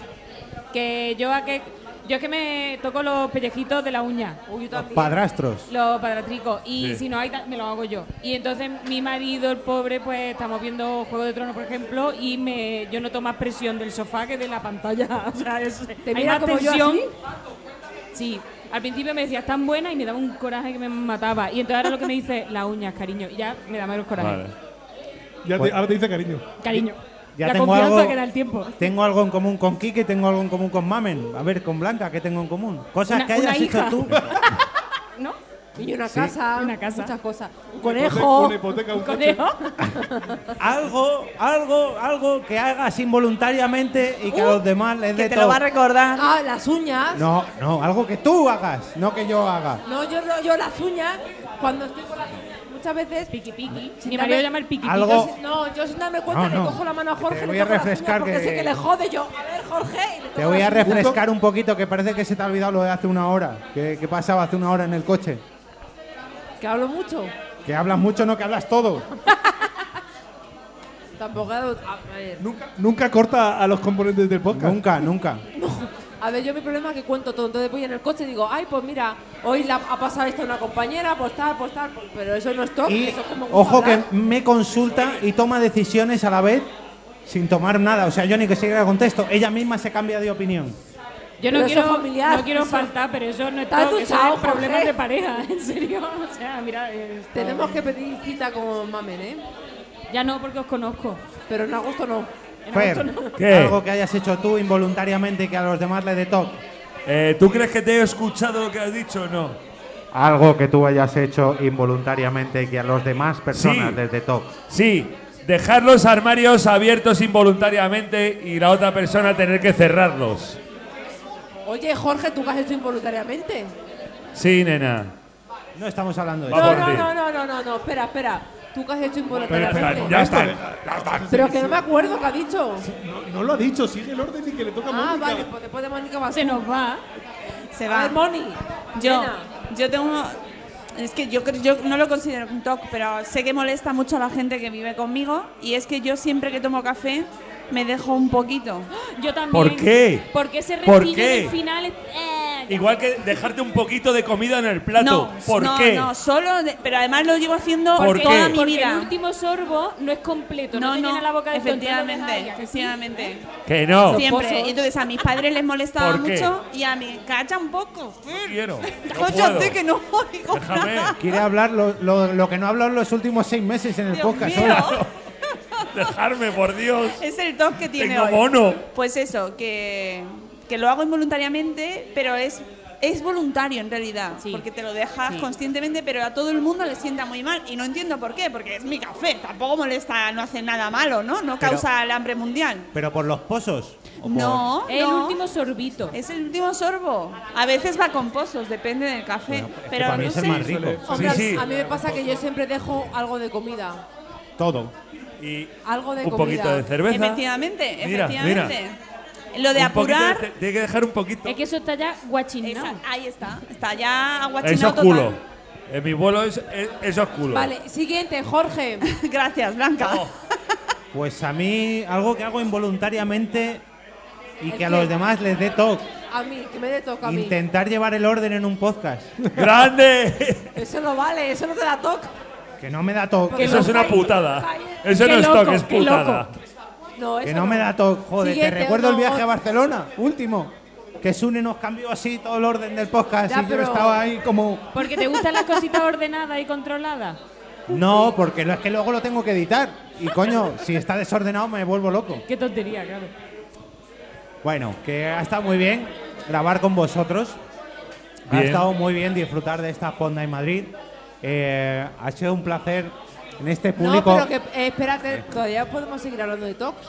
Que yo a que yo es que me toco los pellejitos de la uña. Uy, yo también. Padrastros. Los padratricos. Y Sí. si no hay, ta- me lo hago yo. Y entonces mi marido, el pobre, pues estamos viendo Juego de Tronos, por ejemplo, y me, yo noto más presión del sofá que de la pantalla. O sea, es, ¿Te hay mira más como yo tensión. así? Sí. Al principio me decía, tan buena, y me daba un coraje que me mataba. Y entonces ahora lo que me dice, las uñas, cariño. Y ya me da menos coraje. Vale. Ya te- Pues- ahora te dice cariño. Cariño. Ya la tengo confianza algo, que da el tiempo. tengo algo en común con Kike, tengo algo en común con Mamen. A ver, con Blanca, ¿qué tengo en común? Cosas Una- que hayas una hecho hija. tú. ¿No? Y una casa, Una casa. muchas cosas. Un Una conejo. hipoteca, un coche. ¿Conejo? Algo, algo, algo que hagas involuntariamente y que Uh, a los demás les Que dé te lo todo. va a recordar. Ah, las uñas. No, no, algo que tú hagas, no que yo haga. No, yo, no- yo las uñas, cuando estoy con las uñas, muchas veces. Piqui piqui. Sin Mi darme- marido llama el piqui piqui. Algo- yo sin- no, yo sin darme cuenta No, no. le cojo la mano a Que Jorge, te le voy a toco las uñas refrescar porque que- sé que le jode yo. A ver, Jorge. y le toco Te voy a las uñas. refrescar un poquito, que parece que se te ha olvidado lo de hace una hora. que que pasaba hace una hora en el coche? Que hablo mucho. Que hablas mucho, no que hablas todo. Tampoco. hablo- A ver. Nunca, nunca corta a los componentes del podcast. Nunca, nunca. A ver, yo mi problema es que cuento todo. Entonces voy en el coche y digo, ay, pues mira, hoy la- ha pasado esto a una compañera, pues tal, pues tal. pues- Pero eso no es todo. Y eso es como ojo que hablar. me consulta y toma decisiones a la vez sin tomar nada. O sea, yo ni que siquiera contesto. Ella misma se cambia de opinión. Yo no Pero eso quiero, es familiar, no quiero eso- faltar, pero eso no es Está todo, que duchado, eso es problemas Jorge. de pareja, en serio. O sea, mira, esto- Tenemos que pedir cita con Mamen, ¿eh? Ya no, porque os conozco. Pero en agosto no. En agosto Fer, no. ¿Qué? algo que hayas hecho tú involuntariamente y que a los demás le dé toque. Eh, ¿Tú crees que te he escuchado lo que has dicho o no? Algo que tú hayas hecho involuntariamente y que a los demás personas les dé toque. Sí, dejar los armarios abiertos involuntariamente y la otra persona tener que cerrarlos. Oye, Jorge, ¿tú qué has hecho involuntariamente? Sí, nena. No estamos hablando de Va No, por eso. no, ti. no, no, no, no, no, espera, espera. ¿Tú qué has hecho involuntariamente? Ya están. ya están. Pero que no me acuerdo qué ha dicho. No, no lo ha dicho, sigue el orden y que le toca a Ah, Mónica. vale, pues después de Mónica va a Se nos va. Se A va. ver, Moni. Yo, nena. yo tengo. Es que yo, creo- yo no lo considero un TOC, pero sé que molesta mucho a la gente que vive conmigo. Y es que yo siempre que tomo café me dejo un poquito. Yo también. ¿Por qué? Porque ese ¿Por rejillo qué? del final es- eh, Igual que dejarte un poquito de comida en el plato. No, ¿Por no, qué? no, solo, de- pero además lo llevo haciendo ¿Por toda qué? mi Porque vida. el último sorbo no es completo, no, no, te llena la boca de ¿Eh? todo, entonces efectivamente, lo dejas ahí, ¿a que sí? efectivamente. Que no. Siempre. Y entonces a mis padres les molestaba Ah, ¿Por qué? mucho y a mí, cacha un poco. Quiero. Cállate que no oigo nada. Quiere hablar lo, lo- lo que no ha hablado en los últimos seis meses en el podcast. mío. hola. Dejarme, por Dios. Es el top que tiene Tengo hoy. mono. Pues eso, que, que lo hago involuntariamente, pero es es voluntario en realidad, porque te lo dejas Sí. conscientemente, pero a todo el mundo le sienta muy mal y no entiendo por qué, porque es mi café, tampoco molesta, no hace nada malo, ¿no? No Pero- causa el hambre mundial. Pero por los pozos. o por- No, El no. último sorbito. Es el último sorbo. A veces va con pozos, depende del café, pero para mí no es el sé. más rico. Hombre, Sí, sí. a mí me pasa que yo siempre dejo algo de comida. Todo. Y Algo de un comida. poquito de cerveza. Efectivamente, Mira, efectivamente. Lo de Un poquito apurar ce- Tiene que dejar un poquito. Es que eso está ya guachinado. Esa- ahí está, está ya Eso aguachinado es culo. total. En mi vuelo es, es- eso es culo. Vale, siguiente, Jorge. Gracias, Blanca. Oh. Pues a mí, algo que hago involuntariamente y ¿El que a qué? los demás les dé toque. A mí, que me dé toca a mí. Intentar llevar el orden en un podcast. ¡Grande! Eso no vale, eso no te da toca. Que no me da toque. eso es una putada. Eso Qué no es loco, toque, es qué loco. putada. No, eso Que no me da toque. Joder, te Siguiente, recuerdo el uno, viaje a ot- Barcelona, último. Que Sune nos cambió así todo el orden del podcast Ya, y yo pero- estaba ahí como... Porque te gustan las cositas ordenadas y controladas. No, porque lo- es que luego lo tengo que editar. Y coño, si está desordenado me vuelvo loco. Qué tontería, claro. Bueno, que ha estado muy bien grabar con vosotros. Ha Bien. estado muy bien disfrutar de esta Ponda en Madrid. Eh, ha sido un placer en este No, público. pero que eh, espérate, todavía podemos seguir hablando de tocs.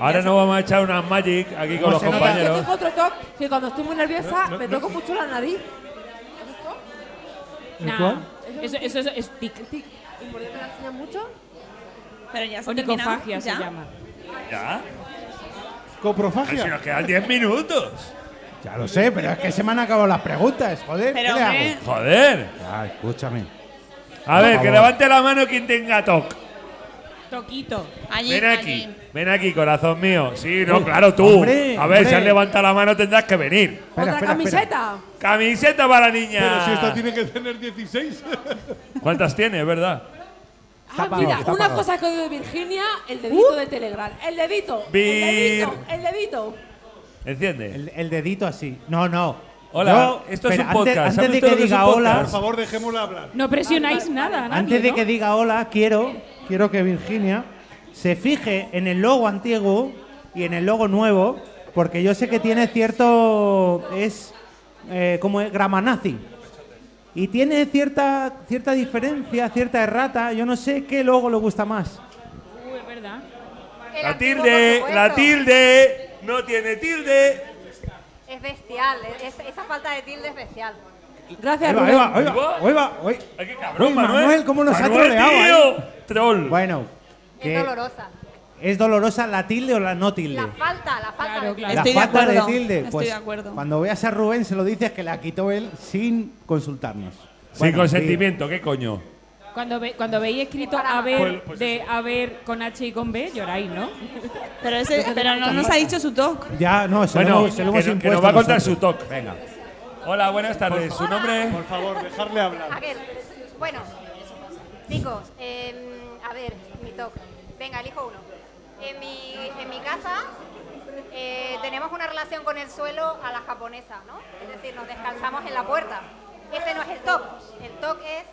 Ahora nos vamos a echar unas magic aquí con No los se nota. Yo compañeros. tengo otro toc que cuando estoy muy nerviosa me toco mucho la nariz. ¿El Nah. cual? Eso, eso, eso es tic. Tic. ¿Y por qué me la enseñan mucho? Pero ya se ha terminado. Onicofagia se ¿Ya? llama. Ya. Pero si Coprofagia. nos quedan 10 minutos. Ya lo sé, pero es que se me han acabado las preguntas, joder. Pero, ¿Qué le hombre. hago? Joder. Ah, escúchame. A ver, que favor. levante la mano quien tenga toc. Toquito. Allí, Ven aquí, allí. ven aquí, corazón mío. Sí, no, Uy, claro, tú. hombre, a ver, si hombre. has levantado la mano tendrás que venir. Espera, ¿Otra espera, camiseta? Camiseta para la niña. Pero si esta tiene que tener 16. ¿Cuántas tiene, verdad? Está Ah, apagado, mira, está una apagado. Uh. cosa que odio de Virginia, el dedito de Telegram. El dedito, el dedito, Vir- el dedito. Enciende. El, el dedito así. No, no. Hola, Yo- esto es espera, un antes- podcast. Antes, ¿Saben de ustedes que lo que es un diga podcast? hola, Por favor, dejémosla hablar. No presionáis nada, nadie, antes de ¿no? que diga hola, quiero, quiero que Virginia se fije en el logo antiguo y en el logo nuevo, porque yo sé que tiene cierto es eh, como es gramanazi. Y tiene cierta cierta diferencia, cierta errata, yo no sé qué logo le gusta más. Uh, es verdad. El La antiguo, tilde, por la supuesto. tilde. No tiene tilde. Es bestial, es- esa falta de tilde es bestial. Gracias, Ahí va, Rubén. ahí va, ahí va, ahí va, ahí. Ay, qué cabrón, Uy, Manuel. Manuel, cómo nos ha Manuel, troleado, eh? tío. Troll. Bueno, Es que dolorosa. es dolorosa la tilde o la no tilde. La falta, la falta Claro, de claro. la Estoy de falta de, acuerdo, tilde. estoy pues, de acuerdo. Cuando veas a Rubén se lo dices que la quitó él sin consultarnos. Sin Bueno, consentimiento, ¿qué coño? Cuando, ve- cuando veis escrito a ver pues de a ver con H y con B, lloráis, ¿no? Pero, ese, pero no nos ha dicho su toque. sí. Ya, no, se lo Bueno, hemos, se lo hemos que, no- que impuesto nos va a contar su nosotros. toc. Venga. Hola, buenas tardes. ¿Su nombre? es? Por favor, dejarle hablar. Raquel. Bueno, chicos, em, a ver, mi toque. Venga, elijo uno. En mi, en mi casa eh, tenemos una relación con el suelo a la japonesa, ¿no? Es decir, nos descalzamos en la puerta. Ese no es el toque. El toque es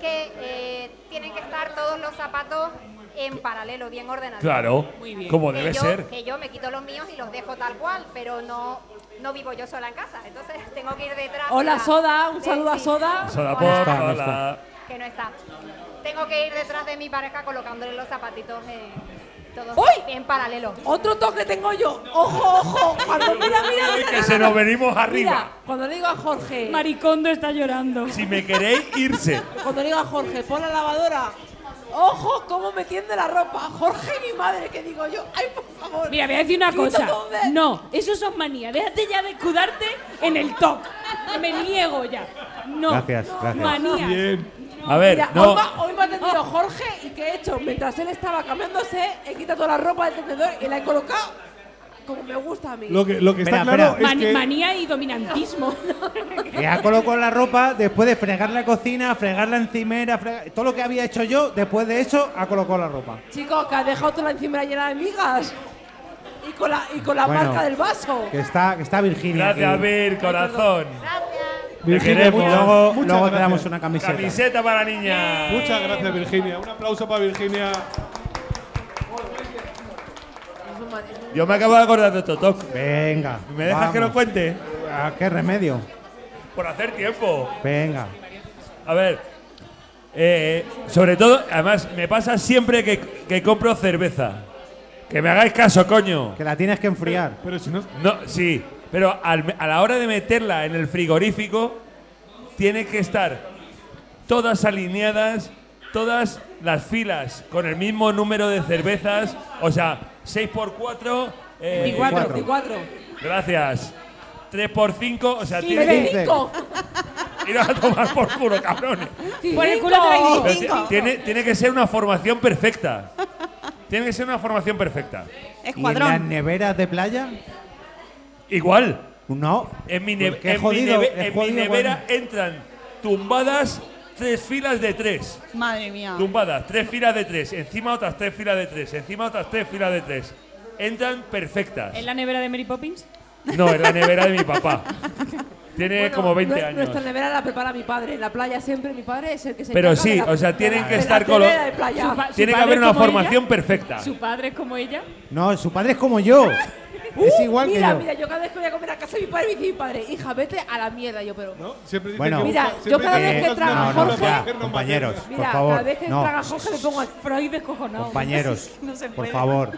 que eh, tienen que estar todos los zapatos en paralelo, bien ordenados. Claro, Muy bien. como que debe yo, ser. Que yo me quito los míos y los dejo tal cual, pero no, no vivo yo sola en casa. Entonces tengo que ir detrás. de Hola, la- Soda, un de- saludo a sí. Soda. Soda Hola. Pop, Está, no hola. Que no está. Tengo que ir detrás de mi pareja colocándole los zapatitos eh, todos ¡Uy! en paralelo. Otro toque tengo yo. Ojo, ojo. Cuando mira, mira, Ay, mira, que se nos venimos mira, arriba. cuando le digo a Jorge, Maricondo está llorando. Si me queréis, irse. cuando le digo a Jorge, pon la lavadora. Ojo, cómo me tiende la ropa. Jorge, mi madre, que digo yo. Ay, por favor. Mira, voy a decir una Quito cosa. todo de- No, eso son manías. Déjate ya de escudarte en el toque. Me niego ya. No. Gracias, gracias. Manías. Bien. A ver, Mira, no. hoy, va- hoy me ha atendido Jorge y ¿qué he hecho? Mientras él estaba cambiándose, he quitado la ropa del tendedor y la he colocado como me gusta a mí. Lo que- lo que está Espera, claro espera. es Mani- que- Manía y dominantismo. Ya colocó la ropa después de fregar la cocina, fregar la encimera, fregar- todo lo que había hecho yo, después de eso, ha colocado la ropa. Chicos, que has dejado toda la encimera llena de migas. Y con la, y con la Bueno. marca del vaso. Que está, que está Virginia. Gracias, aquí. Vir, corazón. Te Virginia, queremos. muchas- Luego- muchas luego te gracias. damos una camiseta. Camiseta para la niña. Muchas gracias, Virginia. Un aplauso para Virginia. Yo me acabo de acordar de Totoc. Venga. ¿Me dejas que lo vamos. cuente? Ah, ¿Qué remedio? Por hacer tiempo. Venga. A ver, eh, sobre todo, además, me pasa siempre que, que compro cerveza. Que me hagáis caso, coño. Que la tienes que enfriar. Pero si no, No, sí, pero al- a la hora de meterla en el frigorífico, tiene que estar todas alineadas, todas las filas con el mismo número de cervezas, o sea, 6x4, eh, 24, 24. gracias, 3x5, o sea, tiene, 25. ir a tomar por culo, cabrones. Por el culo te la Pero ti- tiene, tiene que ser una formación perfecta. Tiene que ser una formación perfecta. ¿Y en las Escuadrón. neveras de playa? Igual, No. en mi, ne- Porque es en mi Pues jodido, neve- es en mi jodido nevera entran tumbadas tres filas de tres. Madre mía. Tumbadas, tres filas de tres. Encima otras tres filas de tres. Encima otras tres filas de tres. Entran perfectas. ¿En la nevera de Mary Poppins? No, en la nevera de mi papá. Tiene Bueno, como 20 nue- años. Nuestra nevera la prepara mi padre. En la playa siempre mi padre es el que se Pero encarga sí, de la- o sea, de tienen la- que de la estar colo- nevera de playa. Su pa- Tiene que padre haber una como ella? formación perfecta. ¿Su padre es como ella? No, su padre es como yo. es Uh, igual mira, que yo. Mira, yo cada vez que voy a comer a casa de mi padre, me dice mi padre, hija, vete a la mierda. Yo, pero. ¿no? Siempre dicen Bueno. que Mira, busca- yo siempre cada dicen vez que que buscas trabajo, una Eh, no, no, mujer ya, moderna. compañeros, por Mira, cada favor. vez que no, traga Jorge le pongo a Freud descojonado. compañeros, No se por puede. favor.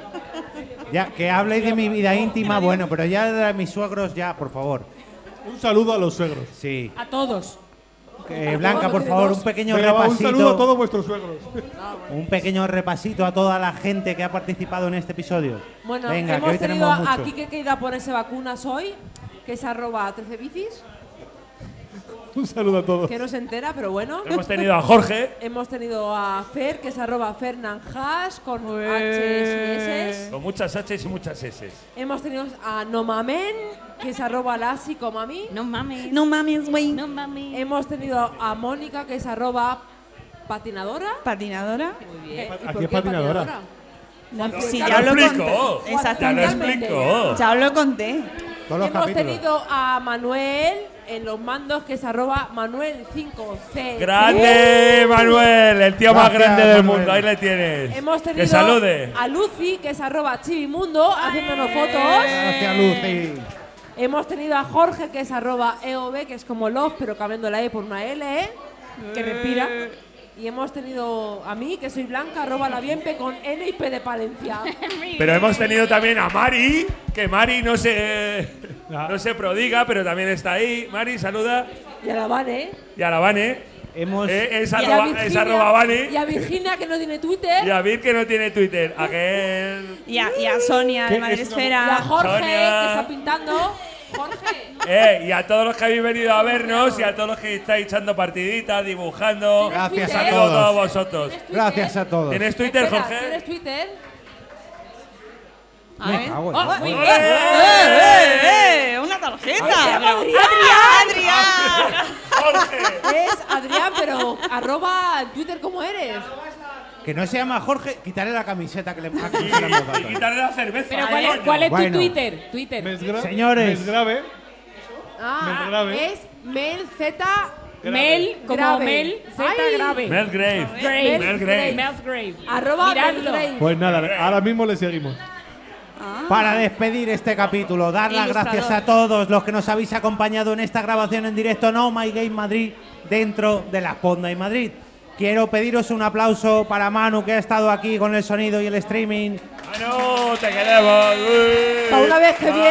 Ya, que habléis de mi vida íntima, bueno, pero ya de mis suegros, ya, por favor. Un saludo a los suegros. Sí. A todos. Eh, Blanca, por Tiene favor, dos. un pequeño Venga, va, un saludo a repasito. todos vuestros suegros. Un pequeño repasito a toda la gente que ha participado en este episodio. Bueno, Venga, que hemos hoy tenido tenemos a mucho. Kike que irá a ponerse vacunas hoy, que es arroba 13 bicis, un saludo a todos. que no se entera, pero bueno. Hemos tenido a Jorge. Hemos tenido a Fer, que es arroba Fernanjas, con H y S. Con muchas H y muchas S. Hemos tenido a Nomamen, que es arroba Lasi como a mí. No mames. No mames, güey. No mames. Hemos tenido a Mónica, que es arroba patinadora. Patinadora. Eh, ¿y Aquí por es qué patinadora. Sí, ya ya lo lo explicó. conté. Exacto. Ya lo Totalmente. explico. Ya os lo conté. Todos los Hemos capítulos. tenido a Manuel en los mandos, que es arroba Manuel5C. Grande Manuel, el tío más Gracias, grande del Manuel. mundo. Ahí le tienes. Hemos tenido que salude. a Lucy, que es arroba Chivimundo, haciéndonos fotos. Gracias, Eh, Lucy. Hemos tenido a Jorge, que es arroba EOB, que es como Love, pero cambiando la E por una L, ¿eh? que respira. Y hemos tenido a mí, que soy Blanca, arroba la bienpe con N y P de Palencia. Pero hemos tenido también a Mari, que Mari no se, no se prodiga, pero también está ahí. Mari, saluda. Y a la Vane. Y a la Vane. Hemos- Eh, es, Y a arroba, Virginia- es arroba Vane. Y a Virginia, que no tiene Twitter. Y a Vir, que no tiene Twitter. Aquel. Y a, y a Sonia ¿Qué de es Madre una- Y a Esfera. Jorge, Sonia. que está pintando. Jorge. Eh, y a todos los que habéis venido a vernos y a todos los que estáis echando partiditas, dibujando. Gracias a a todos. todos vosotros. Gracias a todos. ¿Tienes Twitter, Espera, Jorge? ¿Tienes Twitter? A Me ver. cago en- Oh, muy ¡Ole! bien. ¡Eh, eh! ¡Una tarjeta! ¡Adrián! ¡Adrián! ¡Jorge! Es Adrián, pero arroba en Twitter, ¿cómo eres? Que no se llama Jorge, quitarle la camiseta que le ha Y, y- y quitarle la cerveza. Pero ¿cuál es, coño. cuál es tu Bueno. Twitter? Twitter. Mesgra- Señores. Mesgrave. Ah, Melgrave. es Mel Z. Mel, como Grave. Mel, Z Ay. grave. Mel Grave. Grave. Mel Grave. Melgrave. Arroba Miradlo. Melgrave. Pues nada, ahora mismo le seguimos. Para despedir este capítulo, dar las Ilustrador. gracias a todos los que nos habéis acompañado en esta grabación en directo en Oh My Game Madrid dentro de la Ponda y Madrid. Quiero pediros un aplauso para Manu que ha estado aquí con el sonido y el streaming. Manu, Ah, te queremos. Ah, Uy. Para una vez que viene,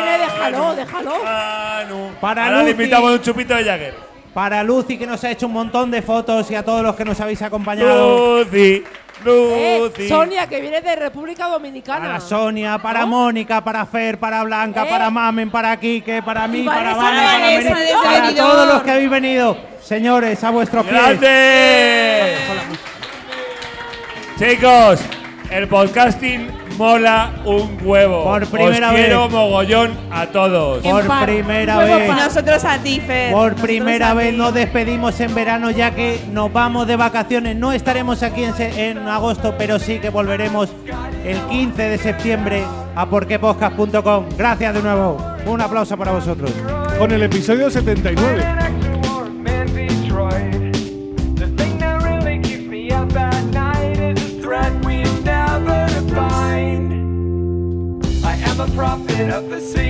déjalo, Manu, déjalo. Manu. Para Ah, Ahora le Lucy. invitamos un chupito de Jagger. Para Lucy que nos ha hecho un montón de fotos y a todos los que nos habéis acompañado. Lucy, Eh, Lucy. Sonia, que viene de República Dominicana. Ah. Para Sonia, para Mónica, para Fer, para Blanca, Eh. para Mamen, para Quique, para mí, para Vanessa, Vane, para, Vanessa, Meri- desde para Benidorm. todos los que habéis venido. Señores, a vuestros pies. ¡Grande! Chicos, el podcasting mola un huevo. Por primera Os vez. quiero mogollón a todos. Por primera Huevo vez. pa- Pues Nosotros a ti, Fer. Por Nosotros primera a vez ti. nos despedimos en verano ya que nos vamos de vacaciones. No estaremos aquí en, se- en agosto, pero sí que volveremos el 15 de septiembre a porquepodcast.com. Gracias de nuevo. Un aplauso para vosotros. Con el episodio 79. Threat we never defined. I am a prophet of the sea.